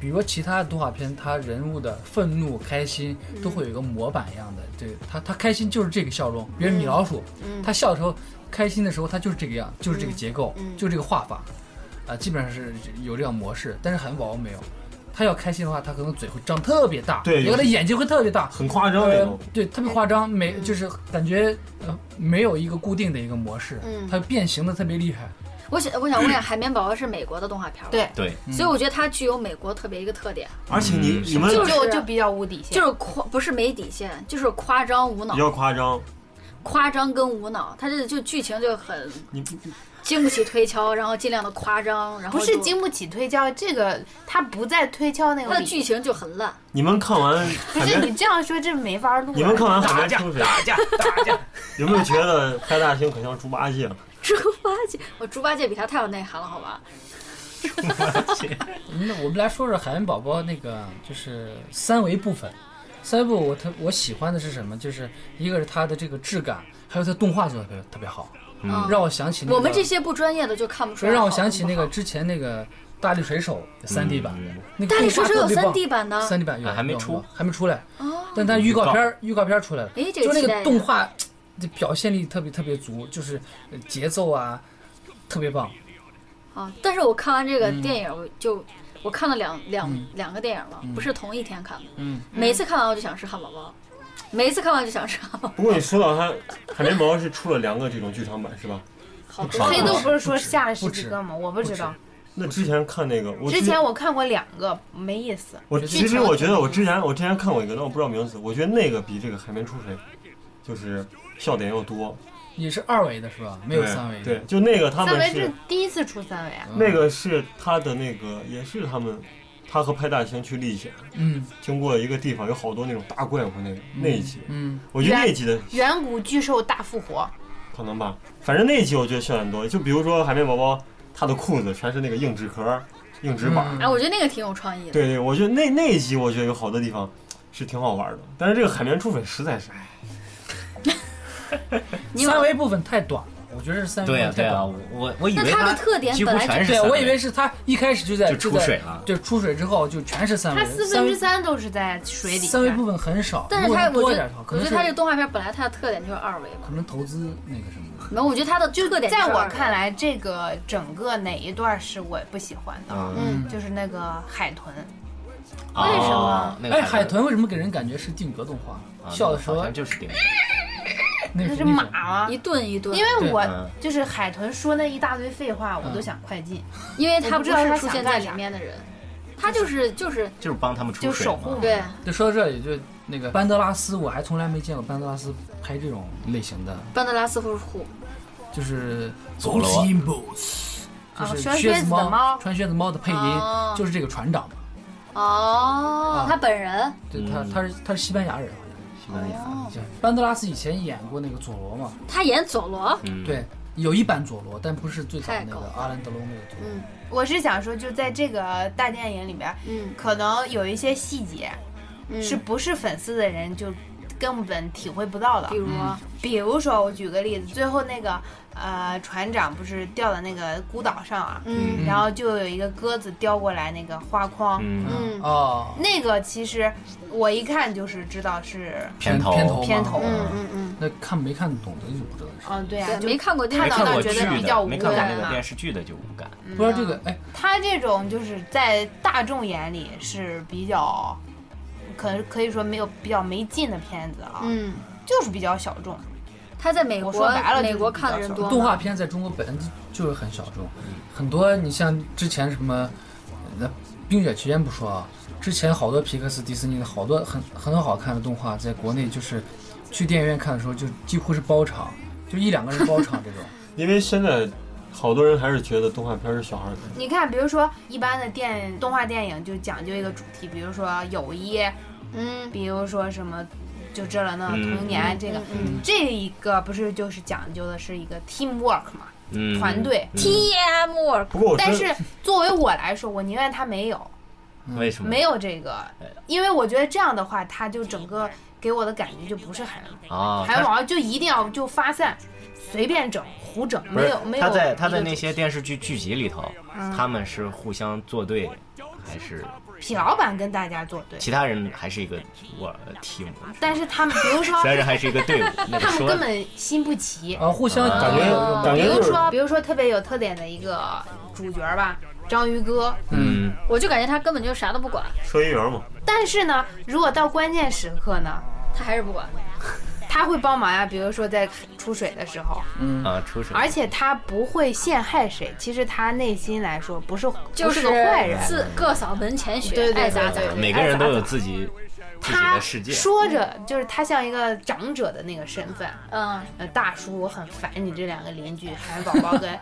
Speaker 2: 比如说其他的动画片，它人物的愤怒、开心
Speaker 7: 嗯
Speaker 2: 都会有一个模板一样的，对他他开心就是这个笑容，
Speaker 7: 嗯
Speaker 2: 比如米老鼠，他笑的时候开心的时候，他就是这个样，就是这
Speaker 7: 嗯
Speaker 2: 个结构，就是这个画法，啊，基本上是有这样模式，但是海绵宝宝没有。他要开心的话，他可能嘴会张特别大，
Speaker 6: 对
Speaker 2: 然后他眼睛会特别大，
Speaker 6: 很夸张那种
Speaker 2: 呃。对，特别夸张，没就是感觉呃没有一个固定的一个模式，
Speaker 7: 嗯
Speaker 2: 它变形的特别厉害。
Speaker 7: 我想我想问一下，海绵宝宝是美国的动画片吗？
Speaker 3: 对
Speaker 1: 对，
Speaker 6: 嗯
Speaker 7: 所以我觉得它具有美国特别一个特点，
Speaker 6: 而且你
Speaker 1: 嗯
Speaker 6: 你们
Speaker 3: 就
Speaker 7: 就
Speaker 3: 是就就比较无底线，
Speaker 7: 就是夸不是没底线，就是夸张无脑
Speaker 6: 比，较夸张，
Speaker 7: 夸张跟无脑，它这就剧情就很
Speaker 6: 你
Speaker 7: 经不起推敲，然后尽量的夸张，然后
Speaker 3: 不是
Speaker 7: 就
Speaker 3: 经不起推敲，这个他不在推敲那个
Speaker 7: 它的
Speaker 3: 理。
Speaker 7: 剧情就很烂。
Speaker 6: 你们看完
Speaker 3: 不
Speaker 6: 海
Speaker 3: 是
Speaker 6: 绵，
Speaker 3: 你这样说，这没法录了。啊
Speaker 6: 你们看完海
Speaker 1: 打
Speaker 6: 绵
Speaker 1: 架
Speaker 6: 出水，
Speaker 1: 打架打架，
Speaker 6: 有没有觉得派大星可像猪八戒了？
Speaker 7: 猪八戒，我猪八戒比他太有内涵了，好吧？
Speaker 2: 那我们来说说海绵宝宝那个就是三维部分，三维部我特我喜欢的是什么？就是一个是它的这个质感，还有它动画做的特别特别好，
Speaker 7: 嗯
Speaker 2: 让我想起、那个、
Speaker 7: 我们这些不专业的就看不出来。
Speaker 2: 让我想起那个之前那个大力水手三 D 版的，那个
Speaker 7: 大力水手有
Speaker 2: 三
Speaker 7: 三 D 版的，
Speaker 2: 三 D 版
Speaker 1: 嗯
Speaker 2: 有
Speaker 1: 啊还没
Speaker 2: 有
Speaker 1: 出
Speaker 2: 有还没出来，
Speaker 7: 哦
Speaker 2: 但它预告片儿预告片儿出来了，
Speaker 7: 诶这个
Speaker 2: 就那
Speaker 7: 期
Speaker 2: 个
Speaker 7: 待
Speaker 2: 动
Speaker 7: 一下
Speaker 2: 画的表现力特别特别足，就是呃节奏啊特别棒。
Speaker 7: 啊！但是我看完这个电影，
Speaker 2: 嗯
Speaker 7: 我就我看了两两、两个电影了，不是同一天看的。
Speaker 2: 嗯，
Speaker 7: 每次看完我就想吃汉堡包，每一次看完就想吃汉堡包，
Speaker 6: 不过你说到他，海绵宝宝是出了两个这种剧场版是吧？
Speaker 2: 嗯
Speaker 7: 好多
Speaker 3: 黑豆
Speaker 7: 啊
Speaker 3: 不是说下了十
Speaker 2: 不
Speaker 3: 几
Speaker 2: 止
Speaker 3: 个吗？我不知道，
Speaker 6: 那之前看那个，我
Speaker 3: 之前我看过两个，没意思。
Speaker 6: 我其实我觉得我之
Speaker 2: 嗯
Speaker 6: 前我之前看过一个，但我不知道名字，我觉得那个比这个海绵出水就是笑点要多，
Speaker 2: 也是二维的是吧？没有三维的。嗯
Speaker 6: 对，就那个他
Speaker 3: 三
Speaker 6: 们
Speaker 3: 维
Speaker 6: 是
Speaker 3: 是第一次出三维啊，
Speaker 6: 那个是他的那个也是他们。他和派大星去历险，
Speaker 2: 嗯
Speaker 6: 经过一个地方，有好多那种大怪物，那个那一集，
Speaker 2: 嗯，
Speaker 6: 我
Speaker 3: 啊
Speaker 6: 觉得那一集的
Speaker 3: 远古巨兽大复活，
Speaker 6: 可能吧，反正那一集我觉得笑点多。就比如说海绵宝宝，他的裤子全是那个硬纸壳儿、硬纸板儿。
Speaker 2: 嗯
Speaker 7: 哎，我觉得那个挺有创意的。
Speaker 6: 对对，我觉得那那一集我觉得有好多地方是挺好玩的，但是这个海绵出水实在是，哎
Speaker 7: 你有
Speaker 2: 三维部分太短了，我我觉得是三
Speaker 1: 对
Speaker 2: 元
Speaker 1: 呀
Speaker 2: 太
Speaker 1: 对呀，
Speaker 2: 棒了
Speaker 1: 我我我以为
Speaker 7: 那它
Speaker 1: 它
Speaker 7: 的特点
Speaker 1: 几乎
Speaker 7: 本来就
Speaker 1: 全是
Speaker 2: 对，啊
Speaker 1: 三
Speaker 2: 我以为
Speaker 1: 维
Speaker 2: 是他一开始就在
Speaker 1: 就出
Speaker 2: 在
Speaker 1: 水了
Speaker 2: 对，出水之后就全是三维，
Speaker 3: 它四
Speaker 2: 嗯三
Speaker 3: 分
Speaker 2: 维
Speaker 3: 之三都是在水里边。
Speaker 2: 三维部分很少，
Speaker 7: 但是
Speaker 2: 如果
Speaker 7: 它
Speaker 2: 能
Speaker 7: 我
Speaker 2: 多
Speaker 7: 觉
Speaker 2: 一点
Speaker 7: 得
Speaker 2: 的话，可
Speaker 7: 我觉
Speaker 2: 能
Speaker 7: 得
Speaker 2: 是
Speaker 7: 它这动画片本来它的特点就是二维嘛
Speaker 2: 可，能投资那个什么的，
Speaker 7: 没有，我觉得它的特点
Speaker 3: 在
Speaker 7: 就是
Speaker 3: 我
Speaker 7: 二维
Speaker 3: 看来，这个整个哪一段是我不喜欢的啊？
Speaker 2: 嗯
Speaker 3: 就是那个海豚，
Speaker 1: 啊
Speaker 3: 为什么
Speaker 1: 那
Speaker 2: 哎，
Speaker 1: 个
Speaker 2: 海豚为什么给人感觉是定格动画？
Speaker 1: 啊
Speaker 2: 笑的时
Speaker 1: 好
Speaker 2: 候
Speaker 1: 像就是顶。
Speaker 2: 那
Speaker 3: 那
Speaker 2: 个
Speaker 3: 是
Speaker 2: 那
Speaker 3: 马
Speaker 2: 种
Speaker 3: 啊
Speaker 7: 一。顿一顿，
Speaker 3: 因为我
Speaker 1: 对嗯
Speaker 3: 就是海豚说那一大堆废话，我都想快进，
Speaker 7: 因为
Speaker 3: 我
Speaker 7: 他
Speaker 3: 不
Speaker 7: 不
Speaker 3: 知
Speaker 7: 是
Speaker 3: 道他
Speaker 7: 出
Speaker 3: 想
Speaker 7: 现
Speaker 3: 干
Speaker 7: 在里
Speaker 3: 啥嗯
Speaker 7: 面的人，他就是就是
Speaker 1: 就是帮他们出
Speaker 3: 就
Speaker 1: 水
Speaker 3: 守
Speaker 1: 嘛
Speaker 3: 护嘛
Speaker 7: 对，
Speaker 2: 就说到这里，就那个班德拉斯，我还从来没见过班德拉斯拍这种类型的，
Speaker 7: 班德拉斯夫妇
Speaker 2: 就是
Speaker 1: 佐罗
Speaker 2: Bones in Boots，
Speaker 3: 啊
Speaker 2: 就是
Speaker 3: 穿
Speaker 2: 靴
Speaker 3: 靴子的
Speaker 2: 猫
Speaker 3: 猫
Speaker 2: 穿靴子猫的配音
Speaker 7: 哦
Speaker 2: 就是这个船长嘛，
Speaker 7: 哦
Speaker 3: 哦
Speaker 2: 啊，
Speaker 7: 他本人
Speaker 2: 对他
Speaker 1: 嗯
Speaker 2: 他是他是西班牙人好
Speaker 1: 西班牙，
Speaker 2: 像，就是班德拉斯以前演过那个佐罗嘛，
Speaker 7: 他演佐罗，
Speaker 1: 嗯，
Speaker 2: 对，有一版佐罗，但不是最早那
Speaker 7: 太
Speaker 2: 个
Speaker 7: 高了
Speaker 2: 阿兰德罗那个佐罗，
Speaker 7: 嗯
Speaker 3: 我是想说，就在这个大电影里边，
Speaker 7: 嗯
Speaker 3: 可能有一些细节
Speaker 7: 嗯，
Speaker 3: 是不是粉丝的人就根本体会不到的
Speaker 7: 比。
Speaker 2: 嗯
Speaker 7: 如
Speaker 3: 比如说，我举个例子，最后那个呃船长不是掉到那个孤岛上啊，
Speaker 7: 嗯
Speaker 3: 然后就有一个鸽子叼过来那个花框，
Speaker 1: 嗯，
Speaker 7: 嗯
Speaker 2: 哦，
Speaker 3: 那个其实我一看就是知道是
Speaker 1: 片头
Speaker 2: 片头
Speaker 3: 片头。
Speaker 1: 嗯
Speaker 7: 嗯嗯，
Speaker 2: 那看没看懂的就不知道是。
Speaker 3: 嗯，对啊，
Speaker 7: 对，
Speaker 3: 就
Speaker 7: 没看过电
Speaker 1: 没
Speaker 7: 视
Speaker 3: 看
Speaker 1: 看
Speaker 3: 到
Speaker 1: 过
Speaker 3: 觉
Speaker 1: 剧
Speaker 3: 得比
Speaker 1: 的，
Speaker 3: 较
Speaker 1: 没看过
Speaker 3: 无啊
Speaker 1: 那
Speaker 3: 聊
Speaker 1: 个
Speaker 3: 嘛
Speaker 1: 电视剧的就无感。
Speaker 2: 不知道这个，哎，
Speaker 3: 他这种就是在大众眼里是比较，可可以说没有比较没劲的片子啊，
Speaker 7: 嗯，
Speaker 3: 就是比较小众。
Speaker 7: 他在美
Speaker 3: 我说
Speaker 7: 国
Speaker 3: 白了就是
Speaker 7: 美国看的人多吗，
Speaker 2: 动画片在中国本来就是很小众，
Speaker 3: 嗯
Speaker 2: 很多你像之前什么，那《冰雪奇缘》不说啊，之前好多皮克斯、迪士尼的好多很很好看的动画，在国内就是去电影院看的时候就几乎是包场，就一两个人包
Speaker 3: (laughs)
Speaker 2: 场这种。
Speaker 6: 因为现在好多人还是觉得动画片是小孩看的。
Speaker 3: 你看，比如说一般的电动画电影就讲究一个主题，比如说友谊，
Speaker 7: 嗯
Speaker 3: 比如说什么，就这了那
Speaker 1: 嗯
Speaker 3: 童年这个，
Speaker 7: 嗯
Speaker 3: 这一个不是就是讲究的是一个 teamwork 嘛，
Speaker 1: 嗯，
Speaker 3: 团队。
Speaker 7: ，TMwork
Speaker 6: 不过我
Speaker 3: 但
Speaker 6: 真
Speaker 3: 是作为我来说，我宁愿他没有，
Speaker 1: 为什么
Speaker 3: 没有这个
Speaker 1: 哎，
Speaker 3: 因为我觉得这样的话，他就整个给我的感觉就不是海王，
Speaker 1: 啊？
Speaker 3: 海
Speaker 1: 他
Speaker 3: 王就一定要就发散，随便整胡整，
Speaker 1: 不
Speaker 3: 没
Speaker 1: 是
Speaker 3: 有没有
Speaker 1: 他
Speaker 3: 一个主题。嗯
Speaker 1: 在他在那些电视剧剧集里头，他们是互相作对，还是
Speaker 3: 痞老板跟大家作对，
Speaker 1: 其他人还是一个我 team，
Speaker 3: 但是他们比如说
Speaker 1: 其他人还是一个队伍？那个
Speaker 3: 他们
Speaker 1: 说
Speaker 3: 根本心不齐，
Speaker 2: 啊，互相
Speaker 1: 啊
Speaker 6: 感觉感
Speaker 3: 比
Speaker 6: 觉
Speaker 3: 如
Speaker 6: 就是
Speaker 3: 说，比如说特别有特点的一个主角吧，章鱼哥。
Speaker 1: 嗯，
Speaker 7: 我就感觉他根本就啥都不管，
Speaker 6: 收银员嘛，
Speaker 3: 但是呢，如果到关键时刻呢，
Speaker 7: 他还是不管，
Speaker 3: 他会帮忙呀，比如说在出水的时候，
Speaker 1: 啊，出水，
Speaker 3: 而且他不会陷害谁。其实他内心来说不是
Speaker 7: 就
Speaker 3: 不是个坏人，
Speaker 7: 自各扫门前雪，
Speaker 3: 对对
Speaker 7: 爱咋
Speaker 3: 对
Speaker 7: 咋
Speaker 3: 对。
Speaker 1: 啊每个人都有自己自己
Speaker 3: 他
Speaker 1: 的世界。
Speaker 3: 说着就是他像一个长者的那个身份。
Speaker 7: 嗯，
Speaker 3: 呃，大叔，我很烦你这两个邻居，韩宝宝跟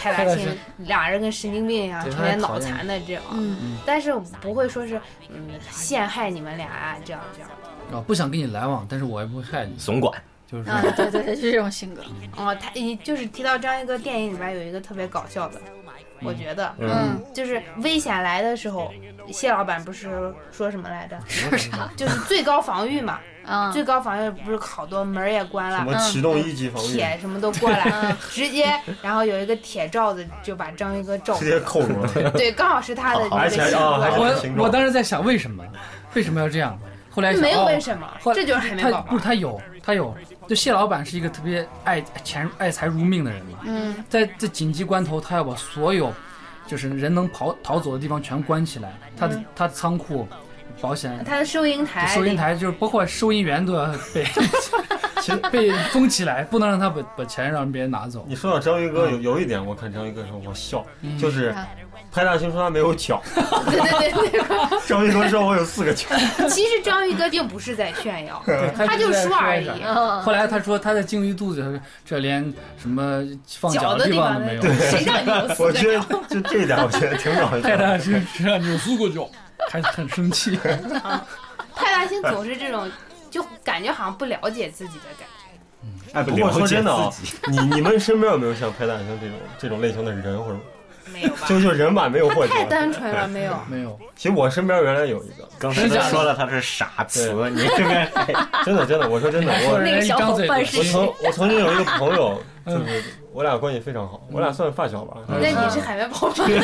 Speaker 3: 派大星，俩人跟神经病一样，
Speaker 2: 对
Speaker 3: 成天脑残的这种。但是我不会说是嗯陷害你们俩啊，这样这样。
Speaker 2: 啊，不想跟你来往，但是我也不会害你，
Speaker 1: 总管，
Speaker 2: 就是
Speaker 7: 啊，对对对，就这种性格。
Speaker 3: 哦，他一就是提到章鱼哥电影里边有一个特别搞笑的，我觉得，
Speaker 7: 嗯，
Speaker 3: 就是危险来的时候，谢老板不是说什么来着？
Speaker 7: 说啥？
Speaker 3: 就是最高防御嘛，
Speaker 7: 嗯，
Speaker 3: 最高防御不是好多门儿也关
Speaker 6: 什
Speaker 3: 了嗯
Speaker 6: 么。启动一级防御，
Speaker 3: 铁什么都过来了，直接，然后有一个铁罩子就把章鱼哥罩
Speaker 6: 直
Speaker 3: 住
Speaker 6: 接
Speaker 3: 了。
Speaker 1: (laughs)
Speaker 6: 扣住
Speaker 1: 嗯
Speaker 6: 了。
Speaker 3: 对，刚好是他的这
Speaker 6: 而
Speaker 3: 个
Speaker 6: 且
Speaker 3: 形
Speaker 6: 啊还
Speaker 3: 状，
Speaker 6: 是
Speaker 2: 我我当时在想为什么，为什么要这样？后来想
Speaker 3: 没有
Speaker 2: 哦
Speaker 3: 为什么
Speaker 2: 后，来
Speaker 3: 这就是海绵
Speaker 2: 他
Speaker 3: 宝
Speaker 2: 不
Speaker 3: 宝
Speaker 2: 是。他有他有，就谢老板是一个特别爱钱爱财如命的人嘛。
Speaker 7: 嗯，
Speaker 2: 在这紧急关头，他要把所有就是人能逃逃走的地方全关起来，他
Speaker 3: 嗯
Speaker 2: 的、他的仓库、保险、
Speaker 3: 他的收银台，
Speaker 2: 收银，台，嗯就是包括收银员都要被 (laughs) 其实被封起来，不能让他把把钱让别人拿走。
Speaker 6: 你说到章鱼哥，有有一点，我看章鱼哥的时候我笑，
Speaker 1: 嗯
Speaker 6: 就是
Speaker 3: 啊
Speaker 6: 派大星说他没有
Speaker 3: (laughs)
Speaker 6: 脚，
Speaker 3: (laughs) 对对对对。
Speaker 6: 章鱼哥说我有四个脚，
Speaker 3: 其实章鱼哥并不是在炫
Speaker 6: (laughs)
Speaker 3: 耀，
Speaker 2: 他
Speaker 6: 嗯
Speaker 3: 他就
Speaker 2: 在
Speaker 3: 说而
Speaker 2: 一
Speaker 3: 已
Speaker 2: 下。
Speaker 7: 嗯
Speaker 2: 后来他说他在鲸鱼肚子，这连什么放
Speaker 3: 嗯脚
Speaker 2: 脚
Speaker 3: 的
Speaker 2: 地
Speaker 3: 地
Speaker 2: 方
Speaker 3: 方
Speaker 2: 都没有。
Speaker 3: 谁让
Speaker 6: (laughs)
Speaker 3: 你有
Speaker 6: 我
Speaker 3: 四
Speaker 6: 觉得
Speaker 3: 个脚？
Speaker 6: 就这一点，我觉得挺搞
Speaker 1: (laughs)
Speaker 6: 笑
Speaker 2: 太
Speaker 6: 的。
Speaker 2: 太身身上扭酥过脚，还很生气。
Speaker 3: 派大星总是这种，就感觉好像不了解自己的感觉。
Speaker 6: 哎，不过说真的
Speaker 1: 了
Speaker 6: 啊
Speaker 1: 解自，
Speaker 6: 你你们身边有没有像派大星这种这种类型的人，或者
Speaker 3: 没有吧？
Speaker 6: 就就人吧，没有
Speaker 3: 他
Speaker 6: 货
Speaker 3: (laughs) 太
Speaker 6: 色。
Speaker 3: 单纯了，没有。
Speaker 2: 没有，
Speaker 6: 其实我身边原来有一个，
Speaker 1: 刚才
Speaker 2: 真假
Speaker 1: 他
Speaker 2: 的
Speaker 1: 说了他是傻词，你这个
Speaker 6: 真的真的，我说真的，我
Speaker 2: 那
Speaker 7: 那个小伙伴 (laughs)
Speaker 6: 我
Speaker 1: (laughs)
Speaker 7: 是
Speaker 1: 嗯
Speaker 6: 曾我曾经有一个朋友，就是我俩关系非常好，我俩算是发小吧。
Speaker 3: 那你是海绵宝宝，
Speaker 6: 没没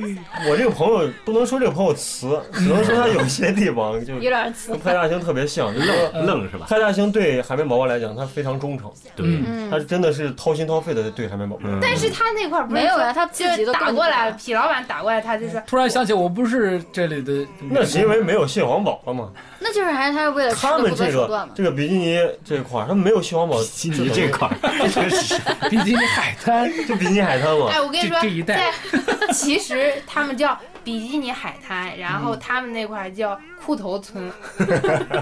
Speaker 6: 没没， (laughs) 我这个朋友不能说这个朋友词，只能说他有些地方就
Speaker 7: 有点刺
Speaker 6: 跟派大星特别像，就是说
Speaker 1: 愣
Speaker 2: (laughs)
Speaker 1: 是吧？
Speaker 6: 派大星对海绵宝宝来讲，他非常忠诚，
Speaker 1: 对，
Speaker 2: 嗯
Speaker 7: 嗯
Speaker 6: 他真的是掏心掏肺的对海绵宝宝。
Speaker 1: 嗯
Speaker 3: 但是他那块儿不是
Speaker 7: 没有
Speaker 3: 说
Speaker 7: 呀，他
Speaker 3: 就
Speaker 7: 自己
Speaker 3: 是
Speaker 7: 都
Speaker 3: 打过来，痞老板打过来，他就说
Speaker 2: 突然想起我不是这里的，
Speaker 6: 那是因为没有蟹黄堡了嘛？
Speaker 7: 那就是还是他是为了呃吃
Speaker 6: 他
Speaker 7: 的
Speaker 6: 们
Speaker 7: 不择
Speaker 6: 这
Speaker 7: 手段
Speaker 6: 个
Speaker 7: 嘛。
Speaker 6: 这个比基尼这块儿，他们没有蟹黄堡，
Speaker 1: 基尼嗯这块儿真是
Speaker 2: 比基尼海滩，
Speaker 6: 就比基尼海滩嘛
Speaker 3: 哎，。我跟你
Speaker 2: 这
Speaker 3: 说，
Speaker 2: 这一带
Speaker 3: 在其实他们叫比基尼海滩，然
Speaker 2: 嗯
Speaker 3: 后他们那块儿叫裤头村，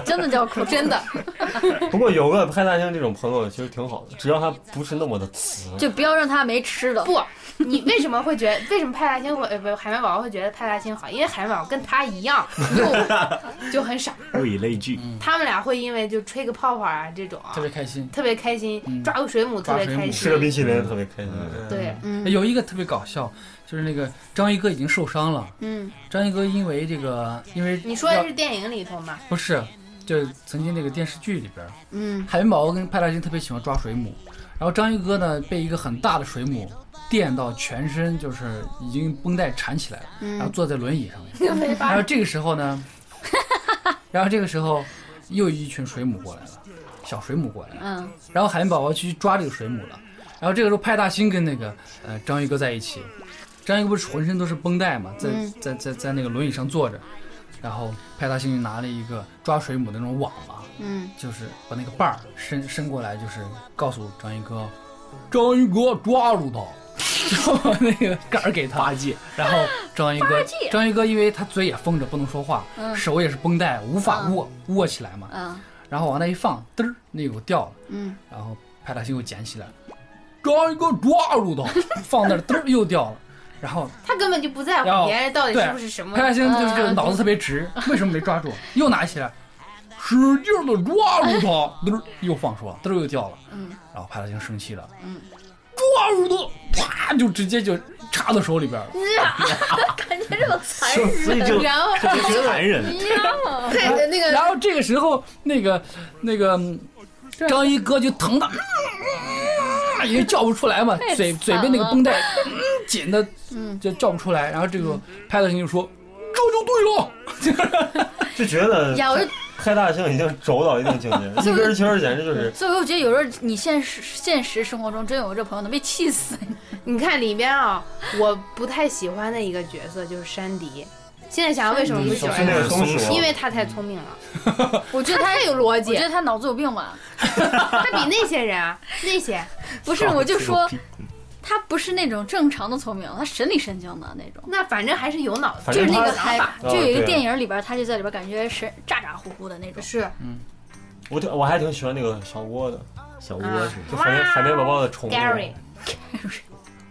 Speaker 3: 真的叫裤，真的。
Speaker 7: 哎
Speaker 6: 不过有个派大星这种朋友其实挺好的，只要他不是那么的词。
Speaker 7: 就不要让他没吃的。
Speaker 3: 不，你为什么会觉得为什么派大星会呃不海绵宝宝会觉得派大星好？因为海绵宝宝跟他一样，
Speaker 2: (laughs)
Speaker 3: 就就很傻。
Speaker 1: 物以类聚，
Speaker 2: 嗯
Speaker 3: 他们俩会因为就吹个泡泡啊这种啊
Speaker 2: 特，别开心。
Speaker 3: 特别开心，
Speaker 2: 嗯
Speaker 3: 抓个水母特
Speaker 2: 抓
Speaker 3: 别
Speaker 2: 水
Speaker 3: 开
Speaker 2: 母
Speaker 6: 吃个
Speaker 3: 心。
Speaker 6: 冰淇淋特别开心，
Speaker 3: 对，
Speaker 7: 嗯
Speaker 2: 有一个特别搞笑，就是那个章鱼哥已经受伤了，
Speaker 7: 嗯，
Speaker 2: 章鱼哥因为这个，因为
Speaker 3: 你说的
Speaker 2: 要
Speaker 3: 是电影里头 (laughs) 吗？
Speaker 2: 不是，就曾经那个电视剧里边，
Speaker 7: 嗯，
Speaker 2: 海绵宝宝跟派大星特别喜欢抓水母，然后章鱼哥呢被一个很大的水母电到全身就是已经绷带缠起来了，
Speaker 3: 嗯
Speaker 2: 然后坐在轮椅上面，然后这个时候呢，然后这个时候又一群水母过来了，小水母过来了，
Speaker 7: 嗯，
Speaker 2: 然后海绵宝宝去抓这个水母了，然后这个时候派大星跟那个呃章鱼哥在一起，章鱼哥不是浑身都是绷带嘛，在、
Speaker 7: 嗯
Speaker 2: 在在在那个轮椅上坐着，然后派大星就拿了一个抓水母的那种网嘛，
Speaker 7: 嗯，
Speaker 2: 就是把那个把儿伸伸过来，就是告诉章鱼哥，章鱼哥抓住他。 (laughs) 然后把那个杆儿给他，八戒。然后章鱼哥，章鱼哥因为他嘴也封着，不能说话，手也是绷带，无法握、握起来嘛。
Speaker 7: 嗯
Speaker 2: 然后往那一放，嘚儿，那个掉了。
Speaker 7: 嗯，
Speaker 2: 然后派大星又捡起来，抓一个抓住的，放那儿嘚儿又掉了。然后
Speaker 3: 他根本就不在 (laughs)
Speaker 2: 然
Speaker 3: 乎
Speaker 2: 后
Speaker 3: 别人到底
Speaker 2: 对
Speaker 3: 是不是什么嗯
Speaker 2: 派。大星就是这个脑子特别直，为什么没抓住？又拿起来，使劲的抓住它，嘚儿又放出，嘚儿又掉了。
Speaker 7: 嗯，
Speaker 2: 然后派大星生气了，
Speaker 7: 嗯，
Speaker 2: 抓住它，啪就直接就插到手里边了。
Speaker 7: 感觉这种残
Speaker 1: 就所以就
Speaker 3: 然后
Speaker 1: 特别残忍，
Speaker 3: 对那
Speaker 2: 哎然
Speaker 3: 个
Speaker 2: 后这个时候，那个那个嗯章鱼哥就疼的，嗯也叫不出来
Speaker 3: (laughs)
Speaker 2: 嘛，嘴嘴被那个绷带嗯紧的，
Speaker 3: 嗯
Speaker 2: 就叫不出来。然后这个派大星就说：“这就对了。
Speaker 6: 就觉得
Speaker 7: 呀，我就
Speaker 6: 派大星已经轴到一定境界，一根筋儿简直就是
Speaker 7: 所以我觉得有时候你现实现实生活中真有这朋友能被气死。
Speaker 3: 你看里边啊，我不太喜欢的一个角色就是山迪。现在想想为什么不喜
Speaker 6: 是
Speaker 3: 欢
Speaker 6: 那
Speaker 3: 他，
Speaker 6: 个松鼠
Speaker 3: 因，为他太聪明
Speaker 6: (laughs)
Speaker 3: 了，
Speaker 7: 我觉得他
Speaker 3: 太有逻
Speaker 7: 我觉
Speaker 3: 辑，
Speaker 7: 得他脑子有病吧？
Speaker 3: 他比那些人啊，那些
Speaker 7: 不是，我就说
Speaker 1: 这个
Speaker 7: 他不是那种正常的聪明，他神里神经的那种。
Speaker 3: 那反正还是有脑子，
Speaker 6: 反
Speaker 7: 就是
Speaker 6: 正他
Speaker 7: 那个还
Speaker 6: 对啊
Speaker 7: 就有一个电影里边，他就在里边感觉神咋咋呼呼的那种。
Speaker 3: 是
Speaker 6: 我挺我还挺喜欢那个小窝的，
Speaker 1: 小窝是
Speaker 6: 就海绵海绵宝宝的宠物，
Speaker 3: 啊 Gary，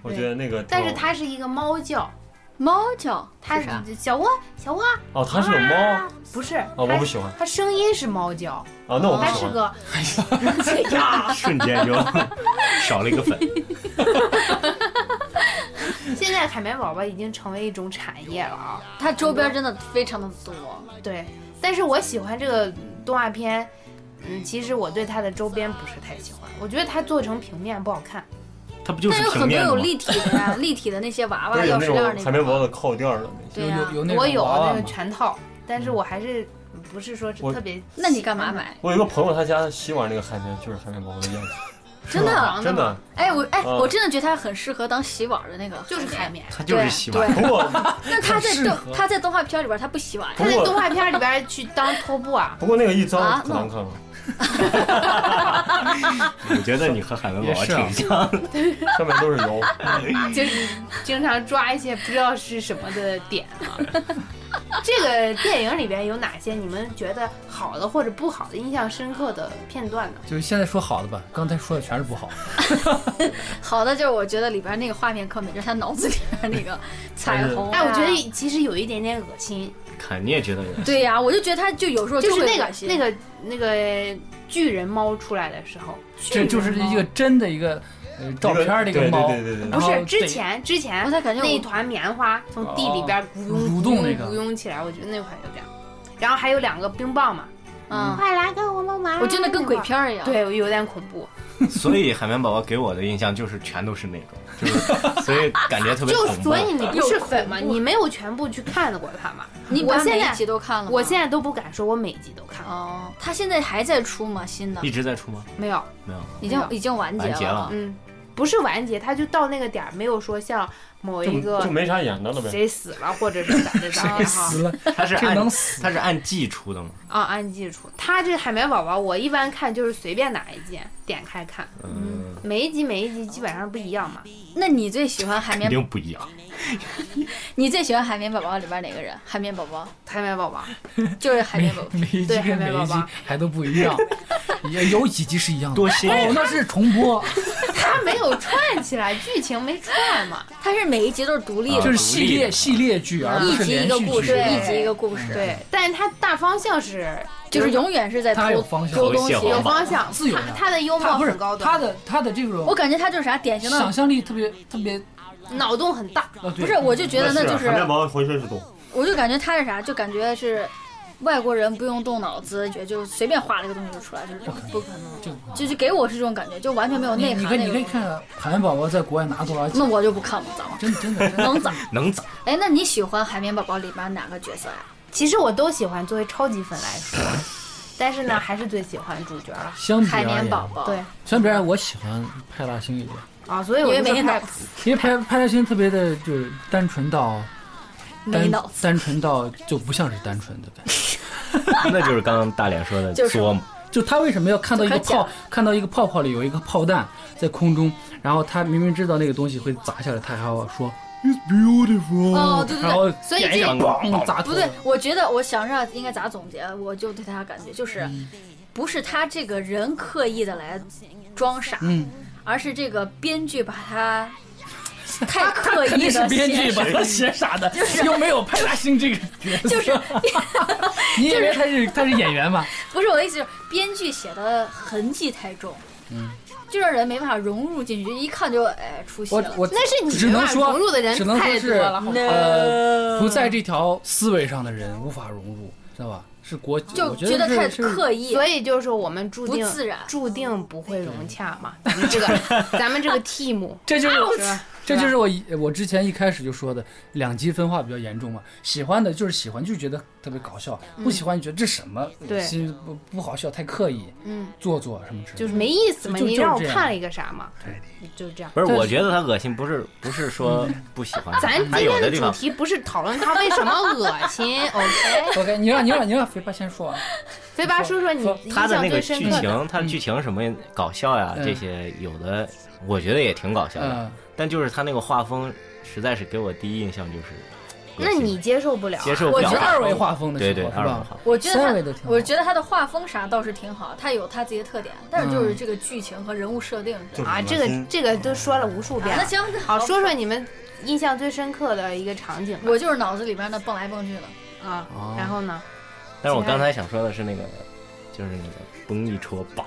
Speaker 6: 我觉得那个挺好。
Speaker 3: 但是它是一个猫叫，
Speaker 7: 猫叫，
Speaker 3: 它
Speaker 7: 是啥？
Speaker 3: 是小窝小窝，
Speaker 6: 哦，它是有猫啊，
Speaker 3: 不是，
Speaker 6: 我
Speaker 3: 它
Speaker 6: 不喜欢哦
Speaker 3: 它声音是猫叫，
Speaker 6: 那我不
Speaker 3: 它
Speaker 6: 喜
Speaker 3: 是
Speaker 6: 欢。
Speaker 3: 个，哎
Speaker 1: (laughs)
Speaker 3: 呀，
Speaker 1: 瞬间就少了一个粉，
Speaker 3: 现在海绵宝宝已经成为一种产业了啊。
Speaker 7: 他周边真的非常的多。
Speaker 3: 对，但是我喜欢这个动画片，嗯，其实我对它的周边不是太喜欢，我觉得它做成平面不好看。
Speaker 1: 它不就
Speaker 7: 但
Speaker 1: 是
Speaker 7: 有
Speaker 1: 平
Speaker 7: 很多
Speaker 1: 面
Speaker 7: 有
Speaker 1: 的吗？
Speaker 7: 立体的呀，立体的那些娃
Speaker 6: 不
Speaker 7: 娃、
Speaker 6: 是有
Speaker 7: 钥
Speaker 6: 那
Speaker 7: 匙链儿
Speaker 6: 种海
Speaker 7: 那
Speaker 6: 绵
Speaker 7: 种。
Speaker 6: 宝宝的靠垫儿的那些，
Speaker 7: 对呀
Speaker 2: 有，有那种
Speaker 3: 啊我有
Speaker 2: 娃娃
Speaker 3: 那个
Speaker 2: 吗
Speaker 3: 全套，但是我还是不是说是
Speaker 6: 我
Speaker 3: 特别喜欢。
Speaker 7: 那你干嘛买？
Speaker 6: 我有一个朋友，他家洗碗那个海绵就是海绵宝宝的样子，
Speaker 7: 真的？
Speaker 6: 真的。
Speaker 7: 哎，我哎，
Speaker 6: 嗯
Speaker 7: 我真的觉得他很适合当洗碗的那个，
Speaker 3: 就是海。绵。
Speaker 1: 它就是洗碗，
Speaker 6: 不过
Speaker 7: 那他在
Speaker 2: 很适合
Speaker 7: 动他在动画片里边他不洗碗，
Speaker 3: 它在
Speaker 6: 不过
Speaker 3: 动画片里边去当拖布啊，
Speaker 6: 不过那个一脏
Speaker 7: 啊
Speaker 6: 可难看了，
Speaker 1: 我觉得你和海绵宝宝
Speaker 2: 也是啊
Speaker 1: 挺
Speaker 2: (laughs)
Speaker 1: 像的，
Speaker 6: 上面都是油。
Speaker 3: 就是经常抓一些不知道是什么的点啊。 (laughs) 这个电影里边有哪些你们觉得好的或者不好的、印象深刻的片段
Speaker 7: 哦
Speaker 3: 呢？
Speaker 2: 就是现在说好的吧，刚才说的全是不好。
Speaker 7: (laughs) 好的，就是我觉得里边那个画面可美，就是他脑子里边那个彩虹、啊
Speaker 3: 哎，我觉得其实有一点点恶心，
Speaker 1: 看你也觉得有点
Speaker 7: 对呀、我就觉得他就有时候
Speaker 3: 就是
Speaker 7: 会
Speaker 3: 那
Speaker 7: 恶
Speaker 3: 个
Speaker 7: 心
Speaker 3: 那个那个巨人猫出来的时候，
Speaker 2: 这就是一个真的一个呃照片儿的一
Speaker 6: 对对
Speaker 2: 个猫，
Speaker 6: 对对对对
Speaker 3: 不
Speaker 2: 然后
Speaker 3: 是之
Speaker 2: 得
Speaker 3: 前之前
Speaker 7: 我才感觉我
Speaker 3: 那一团棉花从地里边咕
Speaker 2: 哦
Speaker 3: 涌
Speaker 2: 蠕
Speaker 3: 咕
Speaker 2: 动
Speaker 3: 涌
Speaker 2: 那个
Speaker 3: 咕涌起来，我觉得那块有点儿。然后还有两个冰棒嘛，
Speaker 7: 嗯，
Speaker 3: 快来跟我们玩
Speaker 7: 我真的跟鬼片儿一样。
Speaker 3: 对，有点恐怖。
Speaker 1: 所以海绵宝宝给我的印象就是全都是那种，就是所以感觉特别
Speaker 3: 就
Speaker 1: 恐怖
Speaker 3: 所。以你不是粉嘛，你没有全部去看过它嘛？
Speaker 7: 你
Speaker 3: 我
Speaker 7: 把
Speaker 3: 现
Speaker 7: 每
Speaker 3: 在
Speaker 7: 一集都看了吗？
Speaker 3: 我现在都不敢说，我每集都看了，
Speaker 7: 哦，他现在还在出吗？新的
Speaker 1: 一直在出吗？
Speaker 3: 没有，
Speaker 1: 没有，
Speaker 7: 已经
Speaker 3: 没有
Speaker 7: 已经完结
Speaker 1: 完结了
Speaker 3: 嗯，不是完结，它就到那个点儿，没有说像某一
Speaker 6: 就就
Speaker 3: 个
Speaker 6: 没啥演的了呗。
Speaker 3: 谁死了或者
Speaker 2: (laughs)
Speaker 3: 是咋的咋的哈
Speaker 2: 死了，
Speaker 1: 它是
Speaker 2: 这
Speaker 1: 按
Speaker 2: 能死
Speaker 1: 它是按季出的吗？
Speaker 3: 啊，按季出。它这海绵宝宝，我一般看就是随便哪一件点开看，
Speaker 1: 嗯，
Speaker 3: 每一集每一集基本上不一样嘛。
Speaker 7: 那你最喜欢海
Speaker 1: 肯
Speaker 7: 绵？
Speaker 1: 定不一样。
Speaker 7: 你最喜欢海绵宝宝里边哪个人？海绵宝宝
Speaker 3: 海绵宝宝，
Speaker 7: 就是海
Speaker 2: 每
Speaker 7: 绵宝
Speaker 2: (laughs)
Speaker 7: 宝。
Speaker 2: 每一集
Speaker 3: 对
Speaker 2: 跟
Speaker 3: 海
Speaker 2: 每
Speaker 3: 绵
Speaker 2: 一
Speaker 3: 宝
Speaker 2: 集
Speaker 3: 宝
Speaker 2: 还都不一
Speaker 7: (laughs)
Speaker 2: 样，也有几集是一样的。
Speaker 1: 多新
Speaker 2: 哦，
Speaker 1: 鲜！
Speaker 2: 那是重播，
Speaker 3: 它没有串起来，剧情没串嘛。
Speaker 7: 它是每一集都是独立
Speaker 1: 啊
Speaker 2: 就是
Speaker 7: 的，
Speaker 2: 系
Speaker 1: 独立
Speaker 2: 列
Speaker 1: 的
Speaker 2: 系列剧，而不
Speaker 7: 一
Speaker 2: 是
Speaker 7: 集一
Speaker 2: 连
Speaker 7: 个
Speaker 2: 续
Speaker 7: 故
Speaker 2: 剧
Speaker 7: 事，。一
Speaker 3: 对
Speaker 7: 集一个故事，，
Speaker 3: 对，但是它大方向是，
Speaker 7: 就是永远是在
Speaker 2: 它有
Speaker 7: 偷
Speaker 2: 方向
Speaker 7: 偷东西
Speaker 1: 有。
Speaker 3: 有方向，
Speaker 2: 自由的
Speaker 3: 它它的幽默
Speaker 2: 他不是
Speaker 3: 很高
Speaker 2: 他
Speaker 3: 端，
Speaker 2: 的他的这
Speaker 7: 我
Speaker 2: 种
Speaker 7: 感觉他就是啥典型
Speaker 2: 想
Speaker 7: 的，
Speaker 2: 象力特别特别，
Speaker 3: 脑洞很大。
Speaker 2: 呃，
Speaker 7: 不
Speaker 2: 不
Speaker 7: 是，我就觉得那就
Speaker 6: 海绵
Speaker 7: 是，
Speaker 6: 宝宝浑身是洞，
Speaker 7: 我就感觉他是啥，就感觉是外国人不用动脑子，也就随便画了一个东西就出来，就是不可能，
Speaker 2: 这个。
Speaker 7: 就是给我是这种感觉，就完全没有
Speaker 2: 你
Speaker 7: 内
Speaker 2: 你
Speaker 7: 涵
Speaker 2: 看
Speaker 7: 那嗯
Speaker 2: 你可以看
Speaker 7: 种。
Speaker 2: 看海绵宝宝在国外拿多少奖，
Speaker 7: 那我就不看了，咋了？
Speaker 2: 真的真的真的
Speaker 7: 能咋？
Speaker 1: 能咋？
Speaker 7: 哎，那你喜欢海绵宝宝里边哪个角色呀？
Speaker 3: 其实我都喜欢，作为超级粉来说，但是呢，还是最喜欢主角了。
Speaker 2: 相比而
Speaker 7: 海
Speaker 2: 言
Speaker 7: 绵宝，宝。
Speaker 3: 对，
Speaker 2: 相比而言我喜欢派大星一点，
Speaker 3: 啊，所以
Speaker 7: 哦因
Speaker 3: 我
Speaker 7: 为
Speaker 3: 就
Speaker 7: 没
Speaker 3: 是
Speaker 7: 脑
Speaker 3: 派
Speaker 7: 子，
Speaker 2: 因为派派大星特别的就是单纯到
Speaker 7: 没
Speaker 2: 单
Speaker 7: 脑子。
Speaker 2: 单纯到就不像是单纯的感觉，
Speaker 1: 那就是刚刚大脸说的
Speaker 7: 就是
Speaker 1: 作
Speaker 2: (laughs) 就他为什么要看到一个
Speaker 7: 就可假
Speaker 2: 泡看到一个泡泡里有一个炮弹在空中，然后他明明知道那个东西会砸下来，他还要说 It's beautiful，
Speaker 7: 哦对对对
Speaker 2: 然后
Speaker 7: 所以
Speaker 2: 点一
Speaker 7: 这
Speaker 2: 下咣砸头
Speaker 7: 不对，我觉得我想着应该咋总结，我就对他感觉就是，
Speaker 2: 嗯
Speaker 7: 不是他这个人刻意的来装傻，
Speaker 2: 嗯，
Speaker 7: 而是这个编剧把
Speaker 2: (laughs)
Speaker 7: 他太
Speaker 2: 他
Speaker 7: 刻
Speaker 2: 肯
Speaker 7: 意
Speaker 2: 定是
Speaker 7: 的
Speaker 2: 编剧把他 (laughs) 写傻的，又没有派大星这个角色，
Speaker 7: (laughs)
Speaker 2: 就是、你以为他是他是演员吗？
Speaker 7: 不是我的意思，是编剧写的痕迹太重，嗯，就让人没办法融入进去，一看就哎出戏
Speaker 2: 我
Speaker 7: 了。
Speaker 2: 我
Speaker 3: 啊那是你
Speaker 2: 只能
Speaker 3: 没法
Speaker 2: 说
Speaker 3: 融入的人
Speaker 2: 只能说
Speaker 3: 太
Speaker 2: 是
Speaker 3: 多了好吗
Speaker 2: 呃不在这条思维上的人无法融入，知道吧？是国
Speaker 7: 就
Speaker 2: 我觉
Speaker 7: 得太
Speaker 2: 是是
Speaker 7: 刻意，
Speaker 3: 所以就是我们注定
Speaker 7: 不自然
Speaker 3: 注定不会融洽嘛。咱们这个，咱们这个 team，
Speaker 2: 这就是
Speaker 3: 是吧
Speaker 2: 这就是我一我之前一开始就说的，两极分化比较严重嘛。喜欢的就是喜欢，就觉得特别搞笑；不喜欢，你觉得这什么，
Speaker 3: 嗯对
Speaker 2: 心不不好笑，太刻意，
Speaker 3: 嗯，
Speaker 2: 做作什么之类的。
Speaker 3: 就是没意思嘛。
Speaker 2: 就
Speaker 3: 你让我
Speaker 2: 就是这样
Speaker 3: 看了一个啥嘛？就是这样。
Speaker 1: 不是，
Speaker 2: 但是
Speaker 1: 我觉得他恶心，不是不是说不喜欢，
Speaker 3: 咱今
Speaker 1: 他有
Speaker 3: 天
Speaker 1: 的
Speaker 3: 的
Speaker 1: 地
Speaker 3: 主
Speaker 1: 方
Speaker 3: 题不是讨论他为什么恶心
Speaker 1: (laughs)
Speaker 3: ，OK？
Speaker 2: OK，你让你让你让肥爸先说完。啊
Speaker 3: 飞吧说说你
Speaker 2: 说
Speaker 3: 印
Speaker 1: 他的
Speaker 3: 象
Speaker 1: 那
Speaker 3: 最
Speaker 1: 个
Speaker 3: 深
Speaker 1: 剧
Speaker 3: 刻的，
Speaker 1: 情，他的剧情什么搞笑呀，
Speaker 2: 嗯
Speaker 1: 这些有的我觉得也挺搞笑的
Speaker 2: 嗯，
Speaker 1: 但就是他那个画风实在是给我第一印象就是恶
Speaker 3: 那
Speaker 1: 心，
Speaker 3: 你接受不了啊？
Speaker 1: 接受不
Speaker 7: 我
Speaker 2: 我
Speaker 1: 了
Speaker 7: 觉
Speaker 2: 是
Speaker 7: 得
Speaker 2: 二维画风的时
Speaker 1: 对
Speaker 2: 候，
Speaker 1: 对
Speaker 2: 是
Speaker 1: 二维
Speaker 2: 吧
Speaker 1: 画？
Speaker 7: 我觉得
Speaker 2: 三维的挺
Speaker 7: 他，
Speaker 2: 好
Speaker 7: 我觉得他的画风啥倒是挺好，他有他自己的特点，但是就是
Speaker 2: 嗯
Speaker 7: 这个剧情和人物设定是
Speaker 6: 就是
Speaker 3: 啊，这
Speaker 1: 嗯
Speaker 6: 恶
Speaker 3: 个
Speaker 6: 心
Speaker 3: 这个都说了无数遍
Speaker 7: 啊
Speaker 3: 了。
Speaker 7: 那行，那
Speaker 3: 好，说说你们印象最深刻的一个场景吧。
Speaker 7: 我就是脑子里边那蹦来蹦去的，
Speaker 3: 啊
Speaker 2: 哦，
Speaker 3: 然后呢？
Speaker 1: 但是我刚才想说的是那个，就是那个嘣一戳，棒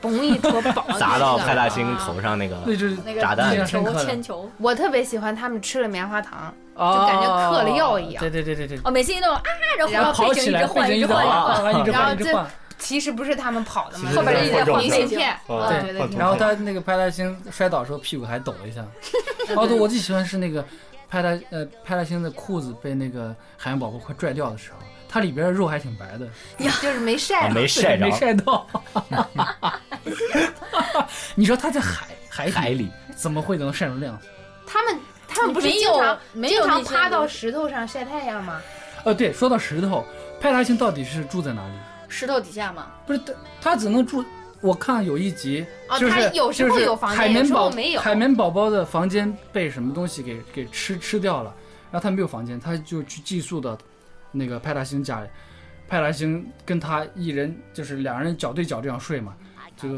Speaker 3: 嘣一戳宝
Speaker 1: (laughs) 砸到派
Speaker 3: 派
Speaker 1: 大星头上那个，
Speaker 2: 那就是
Speaker 7: 那个
Speaker 1: 炸弹
Speaker 7: 铅
Speaker 2: 印象深刻
Speaker 7: 球
Speaker 2: 的
Speaker 7: 铅球，
Speaker 3: 啊我特别喜欢他们吃了棉花糖，
Speaker 2: 就
Speaker 3: 感觉嗑了药一样
Speaker 2: 对对对对对，
Speaker 7: 哦，每次一弄啊，
Speaker 3: 然
Speaker 7: 然
Speaker 3: 后
Speaker 2: 哎
Speaker 7: 后
Speaker 2: 跑
Speaker 7: 背
Speaker 2: 起
Speaker 7: 景一
Speaker 2: 来，
Speaker 7: 直
Speaker 2: 背
Speaker 7: 换，
Speaker 2: 景
Speaker 7: 一
Speaker 2: 一
Speaker 7: 直
Speaker 2: 直
Speaker 7: 换，一直换。
Speaker 2: 换，一直
Speaker 3: 然后
Speaker 2: 换，一直
Speaker 3: 这
Speaker 7: 嗯
Speaker 2: 换。
Speaker 3: 其实不是他们跑的嘛，
Speaker 6: 其实
Speaker 3: 后边
Speaker 6: 是
Speaker 3: 一直在
Speaker 6: 换
Speaker 3: 明
Speaker 6: 装
Speaker 3: 信片，
Speaker 6: 啊
Speaker 3: 我觉得
Speaker 6: 换装
Speaker 3: 挺
Speaker 2: 然后他那个派大星摔倒的时候，屁股还抖了一
Speaker 7: (laughs)
Speaker 2: 下。哦，对，我最喜欢是那个派大呃派大星的裤子被那个海绵宝宝快拽掉的时候，它里边的肉还挺白的，
Speaker 3: 就是没晒
Speaker 1: 啊
Speaker 3: 嘛。
Speaker 1: 没晒着
Speaker 2: 没，
Speaker 1: (laughs)
Speaker 2: 晒到。 (laughs) 你说他在海海
Speaker 1: 海
Speaker 2: 里
Speaker 1: 里
Speaker 2: 怎么会能晒成那样？
Speaker 3: 他们他们不是
Speaker 7: (laughs) 没
Speaker 3: 经
Speaker 7: 有
Speaker 3: 常
Speaker 7: 没
Speaker 3: 经
Speaker 7: 有
Speaker 3: 常
Speaker 7: 那些
Speaker 3: 趴到
Speaker 7: 东西
Speaker 3: 石头上晒太阳吗？
Speaker 2: 哦，对，说到石头，派大星到底是住在哪里？
Speaker 7: 石头底下嘛，
Speaker 2: 不是他，他只能住。我看有一集，
Speaker 3: 哦
Speaker 2: 就是、
Speaker 3: 他有时候
Speaker 2: 就是
Speaker 3: 有房间
Speaker 2: 海绵
Speaker 3: 有时候
Speaker 2: 宝
Speaker 3: 没有
Speaker 2: 海绵宝宝的房间被什么东西给给吃吃掉了，然后他没有房间，他就去寄宿到那个派大星家里。派大星跟他一人就是两人脚对脚这样睡嘛，就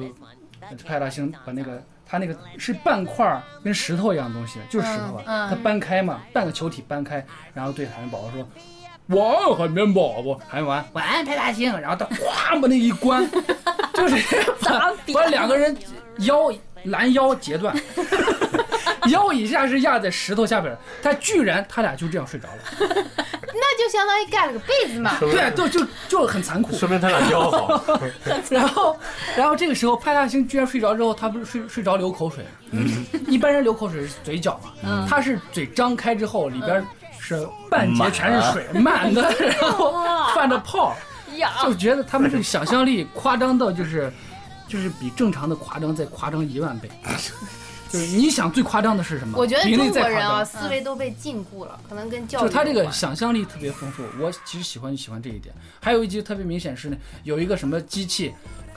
Speaker 2: 派大星把那个他那个是半块儿跟石头一样的东西，就是石头啊，
Speaker 7: 嗯嗯
Speaker 2: 他搬开嘛，半个球体搬开，然后对海绵宝宝说：“晚安，海绵宝宝。”海绵晚安，晚安，派大星。然后他哗把那一关，就是
Speaker 7: 咋比
Speaker 2: 把两个人腰拦腰截断，腰以下是压在石头下边儿，他居然他俩就这样睡着了，
Speaker 3: 那就相当于盖了个被子嘛。
Speaker 2: 对，就就就很残酷。
Speaker 6: 说明他俩腰
Speaker 3: (laughs)
Speaker 6: 好。
Speaker 2: 然后，然后这个时候派大星居然睡着之后，他不是睡睡着流口水，
Speaker 3: 嗯
Speaker 2: 一般人流口水是嘴角嘛，他是嘴张开之后里
Speaker 3: 嗯
Speaker 2: 边是半截全是水，满的，然后 (laughs) 泛着泡，
Speaker 7: 呀，
Speaker 2: 就觉得他们这个想象力夸张到就是，就是比正常的夸张再夸张一万倍。 (laughs) 就是你想最夸张的是什么？
Speaker 3: 我觉得
Speaker 2: 比那
Speaker 3: 中
Speaker 2: 再
Speaker 3: 国
Speaker 2: 夸
Speaker 3: 人啊，
Speaker 2: 张。
Speaker 3: 思维都被禁锢了，可能跟教育
Speaker 2: 就他这
Speaker 3: 有
Speaker 2: 个
Speaker 3: 关
Speaker 2: 想象力特别丰富，我其实喜欢就喜欢这一点。还有一集特别明显是呢，有一个什么机器，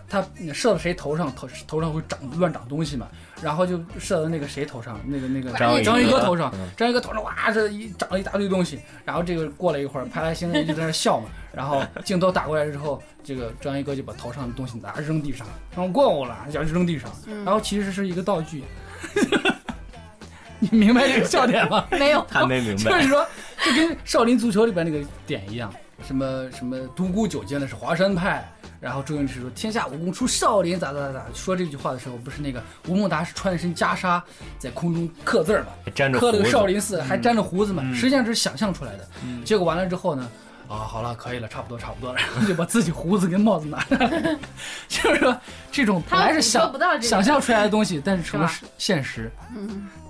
Speaker 2: 它射到谁头上，头头上会长乱长东西嘛，然后就射到那个谁头上，那个那个
Speaker 1: 章鱼
Speaker 2: 章鱼哥
Speaker 1: 哥
Speaker 2: 头上
Speaker 1: 嗯，
Speaker 2: 章鱼哥头上哇这一长了一大堆东西，然后这个过了一会儿，派来星人就在那笑嘛，然后镜头打过来之后，这个章鱼哥就把头上的东西拿扔地上，然后过我了，要扔地上，
Speaker 7: 嗯
Speaker 2: 然后其实是一个道具。 (laughs) 你明白这个笑点吗？
Speaker 7: 没有，
Speaker 1: 他没明
Speaker 2: 就
Speaker 1: 白
Speaker 2: 是，说，就跟少林足球里边那个点一样，什么什么独孤九剑的是华山派，然后周星驰说天下武功出少林，咋咋咋咋。说这句话的时候，不是那个吴孟达是穿了身袈裟在空中刻字儿嘛，
Speaker 1: 哎粘着
Speaker 2: 刻了
Speaker 1: 胡
Speaker 2: 个
Speaker 1: 子嗯
Speaker 2: 少林寺，还粘着胡子嘛，实际上这是想象出来的。结果完了之后呢，啊，好了，可以了，差不多差不多了，然后就把自己胡子跟帽子拿下
Speaker 1: (laughs)
Speaker 2: 来，就是说这种本来是
Speaker 3: 他
Speaker 2: 想
Speaker 3: 们捕捉不到这个
Speaker 2: 想象出来的东西，但是成了
Speaker 3: 是
Speaker 2: 现实。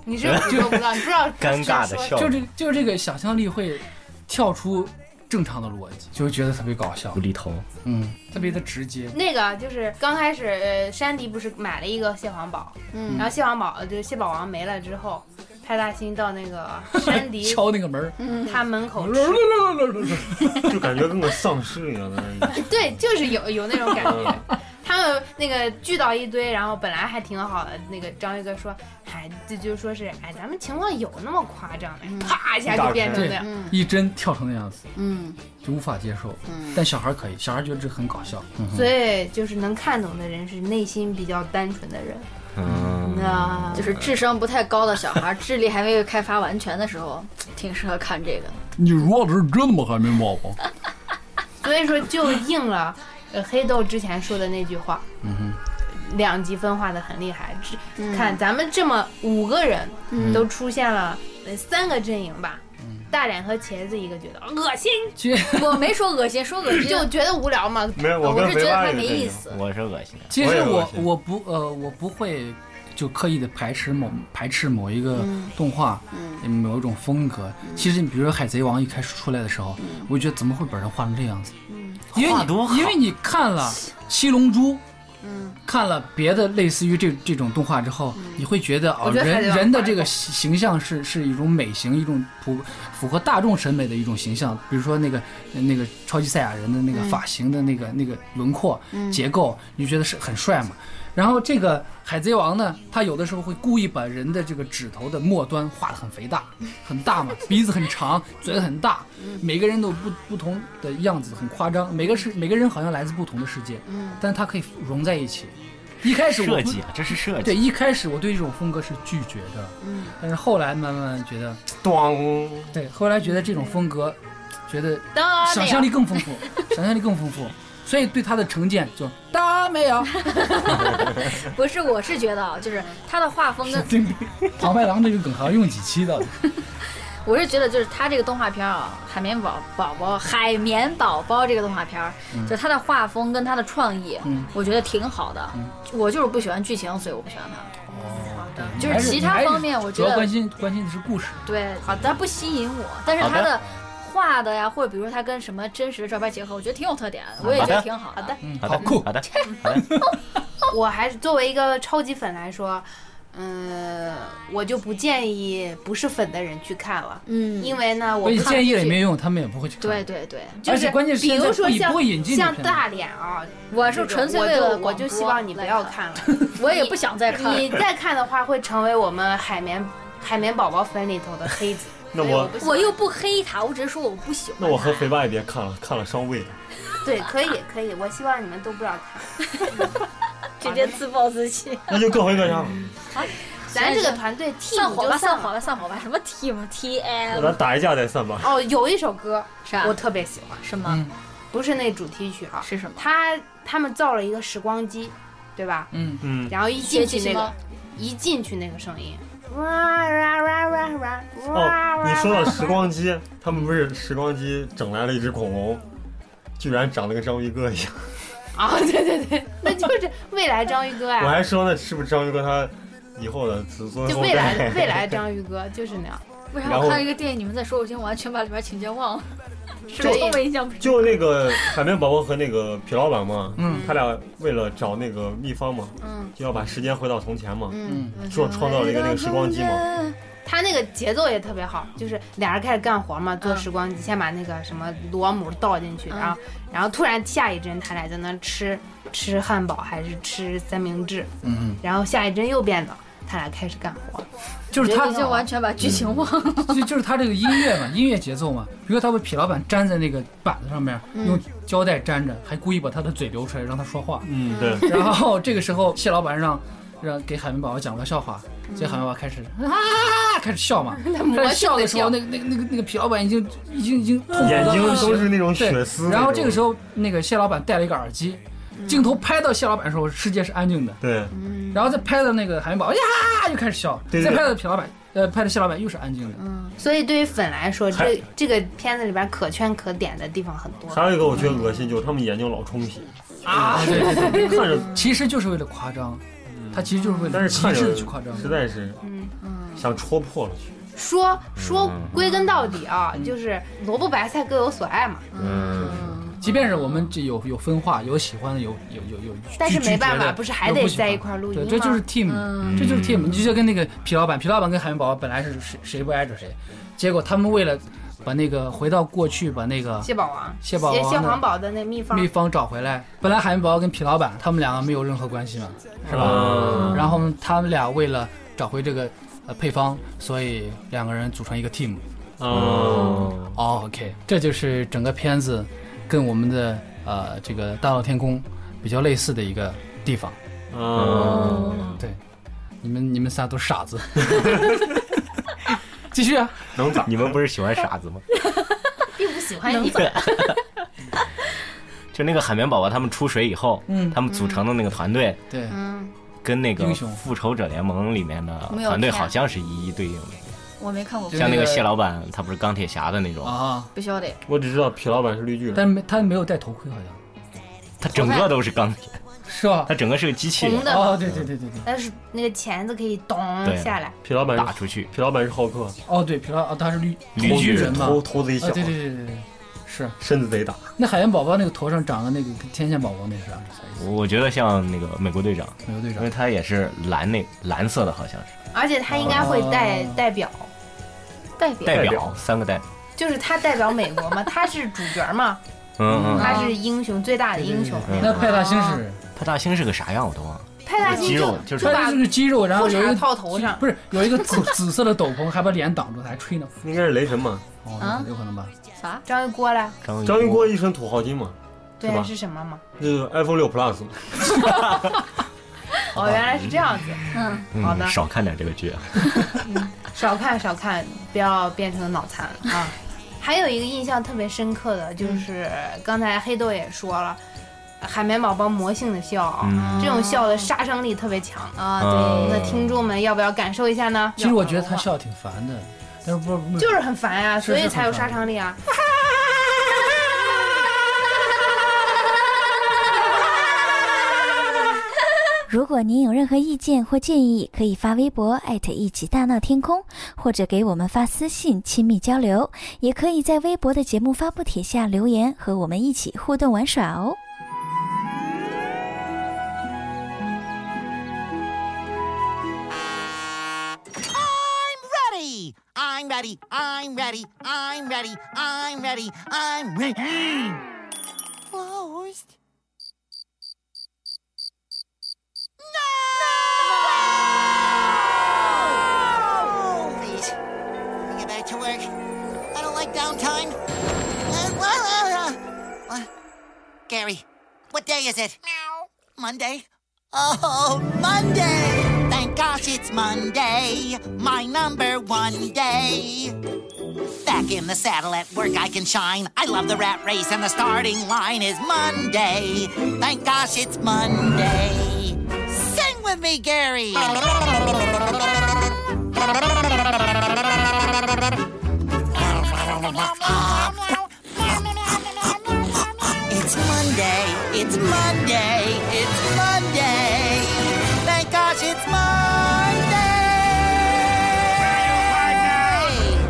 Speaker 3: 你是捕
Speaker 2: (laughs)
Speaker 3: 捉不到，你不知道
Speaker 1: 尴尬的笑
Speaker 2: 就，这就这个想象力会跳出正常的逻辑，就会觉得特别搞笑
Speaker 1: 无，厘头，
Speaker 2: 嗯，特别的直接。
Speaker 3: 那个就是刚开始，呃山迪不是买了一个蟹黄堡，
Speaker 7: 嗯
Speaker 3: 然后蟹黄堡就是蟹堡王没了之后，派大星到那个山
Speaker 2: (laughs)
Speaker 3: 迪
Speaker 2: 敲那个门儿，
Speaker 3: 他门口吃，
Speaker 6: 就感觉跟个丧尸一样的。
Speaker 3: 对，就是有有那种感 (laughs) 觉。他们那个聚到一堆，然后本来还挺好的，那个章鱼哥说，哎，这就说是，哎，咱们情况有那么夸张吗？啪一下就变成那样，
Speaker 2: 一针跳成那样子
Speaker 7: 嗯
Speaker 2: 就无法接受，
Speaker 7: 嗯
Speaker 2: 但小孩可以，小孩觉得这很搞笑，嗯哼
Speaker 3: 所以就是能看懂的人是内心比较单纯的人，
Speaker 1: 嗯，
Speaker 3: 那
Speaker 7: 就是智商不太高的小孩，智力还没有开发完全的时候，挺适合看这个。
Speaker 2: 你说的是真的吗？海绵宝宝？
Speaker 3: 所以说就应了，呃，黑豆之前说的那句话，两极分化的很厉害。只看咱们这么五个人都出现了呃三个阵营吧，大脸和茄子一个觉得恶心，
Speaker 2: (laughs) 其实
Speaker 7: (laughs) 我没说恶心，说恶心
Speaker 3: 就觉得无聊嘛。
Speaker 6: 没有，我
Speaker 7: 我
Speaker 6: 跟
Speaker 7: 是觉
Speaker 6: 维
Speaker 7: 得
Speaker 6: 巴
Speaker 7: 他
Speaker 6: 也
Speaker 7: 没
Speaker 6: 这
Speaker 7: 意
Speaker 6: 样
Speaker 7: 思。
Speaker 1: 我是恶心，啊
Speaker 2: 其实
Speaker 6: 我也
Speaker 2: 我
Speaker 6: 恶心
Speaker 2: 我不呃我不会就刻意的排斥某排斥某一个动画，嗯、某一种风格。其实你比如说《海贼王》一开始出来的时候，
Speaker 3: 嗯
Speaker 2: 我就觉得怎么会把人画成这样子？因为
Speaker 1: 画多好
Speaker 2: 你因为你看了
Speaker 3: 嗯
Speaker 2: 《七龙珠》。看了别的类似于这这种动画之后，你会觉得哦，
Speaker 3: 嗯我觉得海
Speaker 2: 人
Speaker 3: 贼王
Speaker 2: 人的
Speaker 3: 画得
Speaker 2: 这个形形象是是一种美型，一种普符合大众审美的一种形象。比如说那个那个超级赛亚人的那
Speaker 3: 嗯
Speaker 2: 个发型的那个、那个轮廓、
Speaker 1: 嗯
Speaker 2: 结构，你觉得是很帅嘛？然后这个海贼王呢，他有的时候会故意把人的这个指头的末端画得很肥大，
Speaker 1: 嗯
Speaker 2: 很
Speaker 1: (laughs)
Speaker 2: 大嘛，鼻子很长，嘴很大，每个人都有不不同的样子，很夸张。每个是每个人好像来自不同的世界，
Speaker 3: 嗯
Speaker 2: 但是他可以融在一起。一开始我不
Speaker 1: 设计啊，这是设
Speaker 2: 对，
Speaker 1: 计，
Speaker 2: 一开始我对这种风格是拒绝的，嗯，但是后来慢慢觉得，
Speaker 6: 咣，
Speaker 2: 对，后来觉得这种风格，觉得
Speaker 3: 当
Speaker 2: 想象力更丰富， (laughs) 想象力更丰富，所以对他的成见就大没有，
Speaker 7: 不是，我是觉得啊，就是他的画风跟
Speaker 2: (laughs) 庞麦郎这个梗还要用几期到底？
Speaker 7: 我是觉得就是他这个动画片儿啊，《海绵宝宝宝》《海绵宝宝》这个动画片儿，就他的画风跟他的创意，
Speaker 2: 嗯
Speaker 7: 我觉得挺好的。我就是不喜欢剧情，所以我不喜欢他。就
Speaker 2: 还
Speaker 7: 是其他
Speaker 2: 还是
Speaker 7: 方面我觉
Speaker 2: 主要
Speaker 7: 得
Speaker 2: 关心关心的是故事，
Speaker 7: 对，好的，不吸引我，但是
Speaker 1: 好的
Speaker 7: 他的画的呀，或者比如说他跟什么真实的照片结合，我觉得挺有特点的，我也觉得挺好的。
Speaker 3: 好的，
Speaker 2: 嗯，
Speaker 1: 好的，
Speaker 2: 好酷，
Speaker 1: 好的，好的，
Speaker 3: 我还是作为一个超级粉来说，嗯，我就不建议不是粉的人去看了，
Speaker 7: 嗯，
Speaker 3: 因为呢，我
Speaker 2: 所以
Speaker 3: 怕
Speaker 2: 建议了也没用，他们也不会去看。
Speaker 7: 对，对对，
Speaker 3: 就
Speaker 2: 而且
Speaker 3: 是
Speaker 2: 关键是
Speaker 3: 比
Speaker 2: 现在
Speaker 3: 如
Speaker 2: 不
Speaker 3: 说
Speaker 2: 也不
Speaker 3: 像
Speaker 2: 会引进这
Speaker 3: 像
Speaker 2: 片子
Speaker 3: 大脸啊，
Speaker 7: 我是纯粹
Speaker 3: 我
Speaker 7: 为了
Speaker 3: 就我就
Speaker 7: 广
Speaker 3: 希
Speaker 7: 播
Speaker 3: 望你不
Speaker 7: 来
Speaker 3: 要
Speaker 7: 看
Speaker 3: 看了。
Speaker 7: 我也不想再看。
Speaker 3: 你再看的话，会成为我们海绵海绵宝宝粉里头的黑子。
Speaker 6: 那
Speaker 3: 所以
Speaker 6: 我
Speaker 3: 不喜欢
Speaker 7: 我又不黑他，我只是说我不喜欢他。
Speaker 6: 那我和肥爸也别看了，看了伤胃。
Speaker 3: 对，可以可以，我希望你们都不要看。 (laughs)
Speaker 7: 直接自暴自弃。
Speaker 6: 那就各回各家，
Speaker 3: 嗯咱这个团队 team
Speaker 7: 散伙吧，
Speaker 3: 就
Speaker 7: 散
Speaker 3: 散
Speaker 7: 伙
Speaker 3: 了。
Speaker 7: 吧，散伙吧！什么 team T
Speaker 6: 咱
Speaker 7: M
Speaker 6: 打一架再散吧。
Speaker 3: 哦，有一首歌
Speaker 7: 啥
Speaker 3: 我特别喜欢，
Speaker 7: 啊什
Speaker 2: 嗯
Speaker 7: 么？
Speaker 3: 不是那主题曲啊，
Speaker 7: 是什么？
Speaker 3: 他他们造了一个时光机，对吧？
Speaker 2: 嗯，
Speaker 6: 嗯，
Speaker 3: 然后一进去
Speaker 7: 学习
Speaker 3: 那
Speaker 7: 吗
Speaker 3: 个一进去那个声音，哇哇哇哇哇哇
Speaker 6: 哦，你说到时光机，他们不是时光机整来了一只恐龙，居然长得跟章鱼哥一样。
Speaker 3: 啊，对对对， (laughs) 那就是未来章鱼哥
Speaker 6: 我
Speaker 3: 呀、
Speaker 6: 还说呢，是不是章鱼哥他以后的子孙
Speaker 3: 就
Speaker 6: 后
Speaker 3: 未来
Speaker 6: 代？ (laughs)
Speaker 3: 未来章鱼哥就是那样，
Speaker 7: 为啥
Speaker 6: 然后
Speaker 7: 我看到一个电影，你们在说，我已经完全把里边情节忘了，什
Speaker 3: 所
Speaker 7: 么
Speaker 3: 以
Speaker 7: 都没印象。
Speaker 6: 就那个海绵宝宝和那个皮老板嘛，
Speaker 2: 嗯
Speaker 6: 他俩为了找那个秘方嘛，
Speaker 3: 嗯
Speaker 6: 就要把时间回到从前嘛，
Speaker 3: 嗯，
Speaker 6: 说创造了一个那个时光机嘛，
Speaker 3: 他那个节奏也特别好，就是俩人开始干活嘛，做
Speaker 7: 嗯
Speaker 3: 时光机，先把那个什么螺母倒进去，
Speaker 7: 嗯
Speaker 3: 然后然后突然下一帧他俩在那吃吃汉堡还是吃三明治，
Speaker 2: 嗯，
Speaker 3: 然后下一帧又变了，他俩开始干活，
Speaker 2: 就是他
Speaker 7: 已经完全把剧情忘了。
Speaker 2: 就就是他这个音乐嘛，音乐节奏嘛，比如说他把痞老板粘在那个板子上面，
Speaker 7: 嗯
Speaker 2: 用胶带粘着，还故意把他的嘴留出来让他说话。
Speaker 6: 嗯，对，
Speaker 2: 然后这个时候蟹老板让让给海绵宝宝讲了个笑话，
Speaker 7: 嗯
Speaker 2: 所以海绵宝宝开始啊开始笑
Speaker 7: (laughs)
Speaker 2: 嘛，开始笑的时候，那个那个那个那个痞老板已经已经已经痛
Speaker 3: 嗯
Speaker 2: 苦到
Speaker 6: 眼睛
Speaker 2: 不行
Speaker 6: 都是那种
Speaker 2: 对
Speaker 6: 血丝。
Speaker 2: 然后这个时
Speaker 6: 候，
Speaker 2: 候，那个蟹老板戴了一个耳机，
Speaker 3: 嗯
Speaker 2: 镜头拍到蟹老板的时候，世界是安静的。
Speaker 6: 对，
Speaker 2: 然后再拍到那个海绵宝宝呀，又开始笑。
Speaker 6: 对对
Speaker 2: 再拍到痞老板，呃，拍到蟹老板又是安静的。
Speaker 3: 所以对于粉来说，
Speaker 6: 还
Speaker 3: 这这个片子里边可圈可点的地方很多，
Speaker 6: 还有一个我觉得恶心就是他们眼睛老冲皮，
Speaker 2: 啊，对对对，
Speaker 6: 看着，
Speaker 3: 嗯
Speaker 2: (laughs) 其实就是为了夸张，他其实就是为
Speaker 6: 嗯但
Speaker 2: 了
Speaker 6: 是
Speaker 2: 极
Speaker 6: 看
Speaker 2: 致
Speaker 6: 着
Speaker 2: 的去夸张。
Speaker 6: 实在是，
Speaker 3: 嗯
Speaker 6: 想戳破了去。
Speaker 3: 说说
Speaker 1: 嗯
Speaker 3: 归根到底啊，就是萝卜白菜各有所爱嘛，
Speaker 1: 嗯，
Speaker 2: 即便是我们这有有分化，有喜欢的，有有有有，
Speaker 3: 但是
Speaker 2: 拒
Speaker 3: 没办
Speaker 2: 拒绝
Speaker 3: 法
Speaker 2: 的
Speaker 3: 不是还
Speaker 2: 有
Speaker 3: 得
Speaker 2: 不喜欢
Speaker 3: 在一块儿录
Speaker 2: 对
Speaker 3: 音
Speaker 2: 这就
Speaker 3: 吗
Speaker 2: 是 team，
Speaker 7: 嗯
Speaker 2: 这就是 team。你就像跟那个皮老板，皮老板跟海绵宝宝本来是谁谁不挨着谁，结果他们为了把那个回到过去，把那个
Speaker 3: 蟹堡王、
Speaker 2: 蟹堡
Speaker 3: 蟹
Speaker 2: 王
Speaker 3: 蟹
Speaker 2: 的
Speaker 3: 黄堡的那秘方
Speaker 2: 秘方找回来。本来海绵宝宝跟皮老板他们两个没有任何关系嘛，是吧？
Speaker 6: 嗯
Speaker 2: 然后他们俩为了找回这个呃配方，所以两个人组成一个 team。
Speaker 6: 啊嗯，
Speaker 2: 哦，OK，这就是整个片子跟我们的呃这个《大闹天宫》比较类似的一个地方。
Speaker 6: 嗯，
Speaker 2: 对，你们你们仨都
Speaker 1: (laughs)
Speaker 2: 是傻子。继续啊，
Speaker 6: 能咋？
Speaker 1: 你们不是喜欢傻子吗？
Speaker 3: 并不喜欢你，
Speaker 1: 就那个海绵宝宝他们出水以后，他们组成的那个团队
Speaker 2: 对，
Speaker 1: 嗯跟那个
Speaker 2: 嗯英雄
Speaker 1: 复仇者联盟里面的
Speaker 7: 没有
Speaker 1: 团队
Speaker 7: 看
Speaker 1: 好像是一一对应的，
Speaker 7: 我没看过，
Speaker 2: 就
Speaker 1: 像那
Speaker 2: 那
Speaker 1: 个
Speaker 2: 个
Speaker 1: 蟹老板他不是钢铁侠的那种，
Speaker 2: 啊，
Speaker 7: 不晓得。
Speaker 6: 我只知道皮老板是绿巨人，
Speaker 2: 但没他没有戴头盔，好像
Speaker 1: 他整个都是钢铁，
Speaker 2: 是吧
Speaker 1: 他？整个是个机器
Speaker 3: 红
Speaker 1: 人
Speaker 3: 的
Speaker 2: 哦，
Speaker 3: 嘛，
Speaker 2: 对对对对对，
Speaker 3: 但是那个钳子可以咚
Speaker 1: 对
Speaker 3: 下来，
Speaker 6: 皮老板
Speaker 1: 打
Speaker 6: 是
Speaker 1: 出去，
Speaker 6: 皮老板是浩克，
Speaker 2: 哦对，皮老哦他是绿
Speaker 1: 绿巨
Speaker 2: 人嘛，
Speaker 6: 头头贼
Speaker 2: 啊
Speaker 6: 小，
Speaker 2: 对对对对对，是
Speaker 6: 身子贼大。
Speaker 2: 那海绵宝宝那个头上长了那个天线宝宝那是啥意思？
Speaker 1: 我我觉得像那个美国队长，
Speaker 2: 美国队
Speaker 1: 因
Speaker 2: 长
Speaker 1: 为他也是蓝那蓝色的，好像是
Speaker 3: 而且他应该会代
Speaker 2: 哦
Speaker 3: 代表，
Speaker 7: 代表
Speaker 1: 代
Speaker 6: 表
Speaker 1: 表三个代表，
Speaker 3: 就是他代表美国嘛，他是主角嘛，
Speaker 1: (laughs) 嗯嗯，
Speaker 3: 他是英雄最大的英雄。啊哦
Speaker 1: 对对
Speaker 2: 那派大星是
Speaker 1: 派大星是个啥样我都忘了，
Speaker 3: 派大
Speaker 1: 肌
Speaker 3: 星
Speaker 1: 肉
Speaker 3: 就
Speaker 1: 就是
Speaker 3: 就
Speaker 2: 派大
Speaker 3: 把
Speaker 2: 星是肌肉，然后
Speaker 3: 裤
Speaker 2: 有一
Speaker 3: 衩
Speaker 2: 个
Speaker 3: 套头上，
Speaker 2: 不是有一个紫 (laughs) 紫色的斗篷，还把脸挡住，还吹呢。
Speaker 6: 应该是雷神嘛，
Speaker 2: 哦
Speaker 7: 啊，
Speaker 2: 有可能吧？
Speaker 7: 啥？
Speaker 3: 章鱼锅嘞，
Speaker 1: 张
Speaker 6: 张
Speaker 1: 一
Speaker 6: 一
Speaker 1: 锅
Speaker 6: 锅一身土豪金嘛，是
Speaker 3: 对
Speaker 6: 吧
Speaker 3: 是什么嘛？
Speaker 6: 就是 iPhone 六 Plus 嘛。
Speaker 3: 哦，原来是这样子，
Speaker 7: 嗯，
Speaker 3: 好的
Speaker 1: 嗯，少看点这个剧啊，
Speaker 3: 少看少看，不要变成脑 (laughs) 残了啊！还有一个印象特别深刻的就是刚才黑豆也说了，海绵宝宝魔性的笑啊，
Speaker 1: 嗯
Speaker 3: 这种笑的杀伤力特别强。
Speaker 7: 啊，
Speaker 3: 那听众们要不要感受一下呢？
Speaker 2: 呃其实我觉得他笑挺烦的，但是不不
Speaker 3: 就是很烦呀、
Speaker 2: 是
Speaker 3: 所以才有
Speaker 2: 是
Speaker 3: 杀
Speaker 2: 很烦
Speaker 3: 伤力啊。
Speaker 8: 如果您有任何意见或建议，可以发微博艾特一起大闹天空，或者给我们发私信亲密交流，也可以在微博的节目发布帖下留言，和我们一起互动玩耍哦。
Speaker 9: ready. I'm ready. I'm ready. I'm ready. I'm ready. I'm ready. Closed. No! Please, let me get back to work. I don't like downtime. Uh, wha- uh, uh, uh, Gary, what day is it? Monday. Oh, Monday! Thank gosh it's Monday, my number one day. Back in the saddle at work I can shine. I love the rat race and the starting line is Monday. Thank gosh it's Monday. Sing with me, Gary! It's Monday, it's Monday, it's Monday. Thank gosh it's Monday.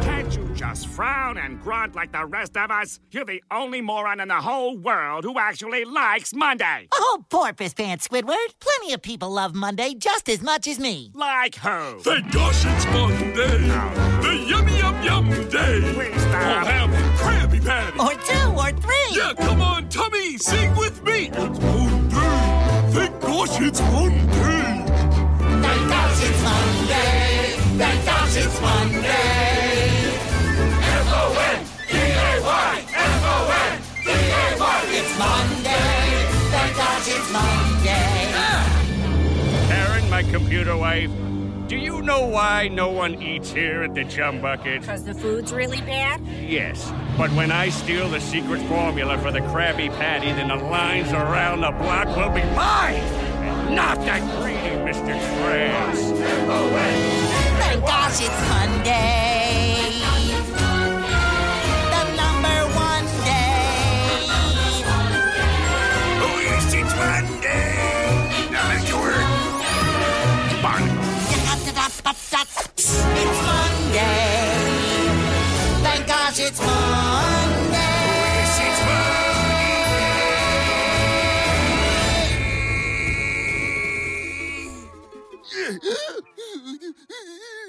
Speaker 5: Can't you just frown and grunt like the rest of us? You're the only moron in the whole world who actually likes Monday.
Speaker 9: Oh, porpoise pants, Squidward. Plenty of people love Monday just as much as me.
Speaker 5: Like who? Oh.
Speaker 10: Thank gosh it's Monday, the yummy yum yum day. Oh,
Speaker 5: Please stop.
Speaker 10: I'll have a Krabby Patty.
Speaker 9: Or two or three.
Speaker 10: Yeah, come on, tummy, sing with me. It's Monday. Thank gosh it's Monday.
Speaker 9: Thank gosh it's Monday. Thank gosh it's Monday. It's Monday. Thank gosh it's Monday.
Speaker 5: Karen, my computer wife. Do you know why no one eats here at the Chum Bucket?
Speaker 11: Because the food's really bad?
Speaker 5: Yes, but when I steal the secret formula for the Krabby Patty, then the lines around the block will be mine, and not that greedy Mr. Krabs.
Speaker 9: Thank gosh it's Monday. The number one day.
Speaker 10: Oh, yes, it's Monday. Now back to work.
Speaker 9: It's Monday. Thank gosh it's Monday.
Speaker 10: It's Monday.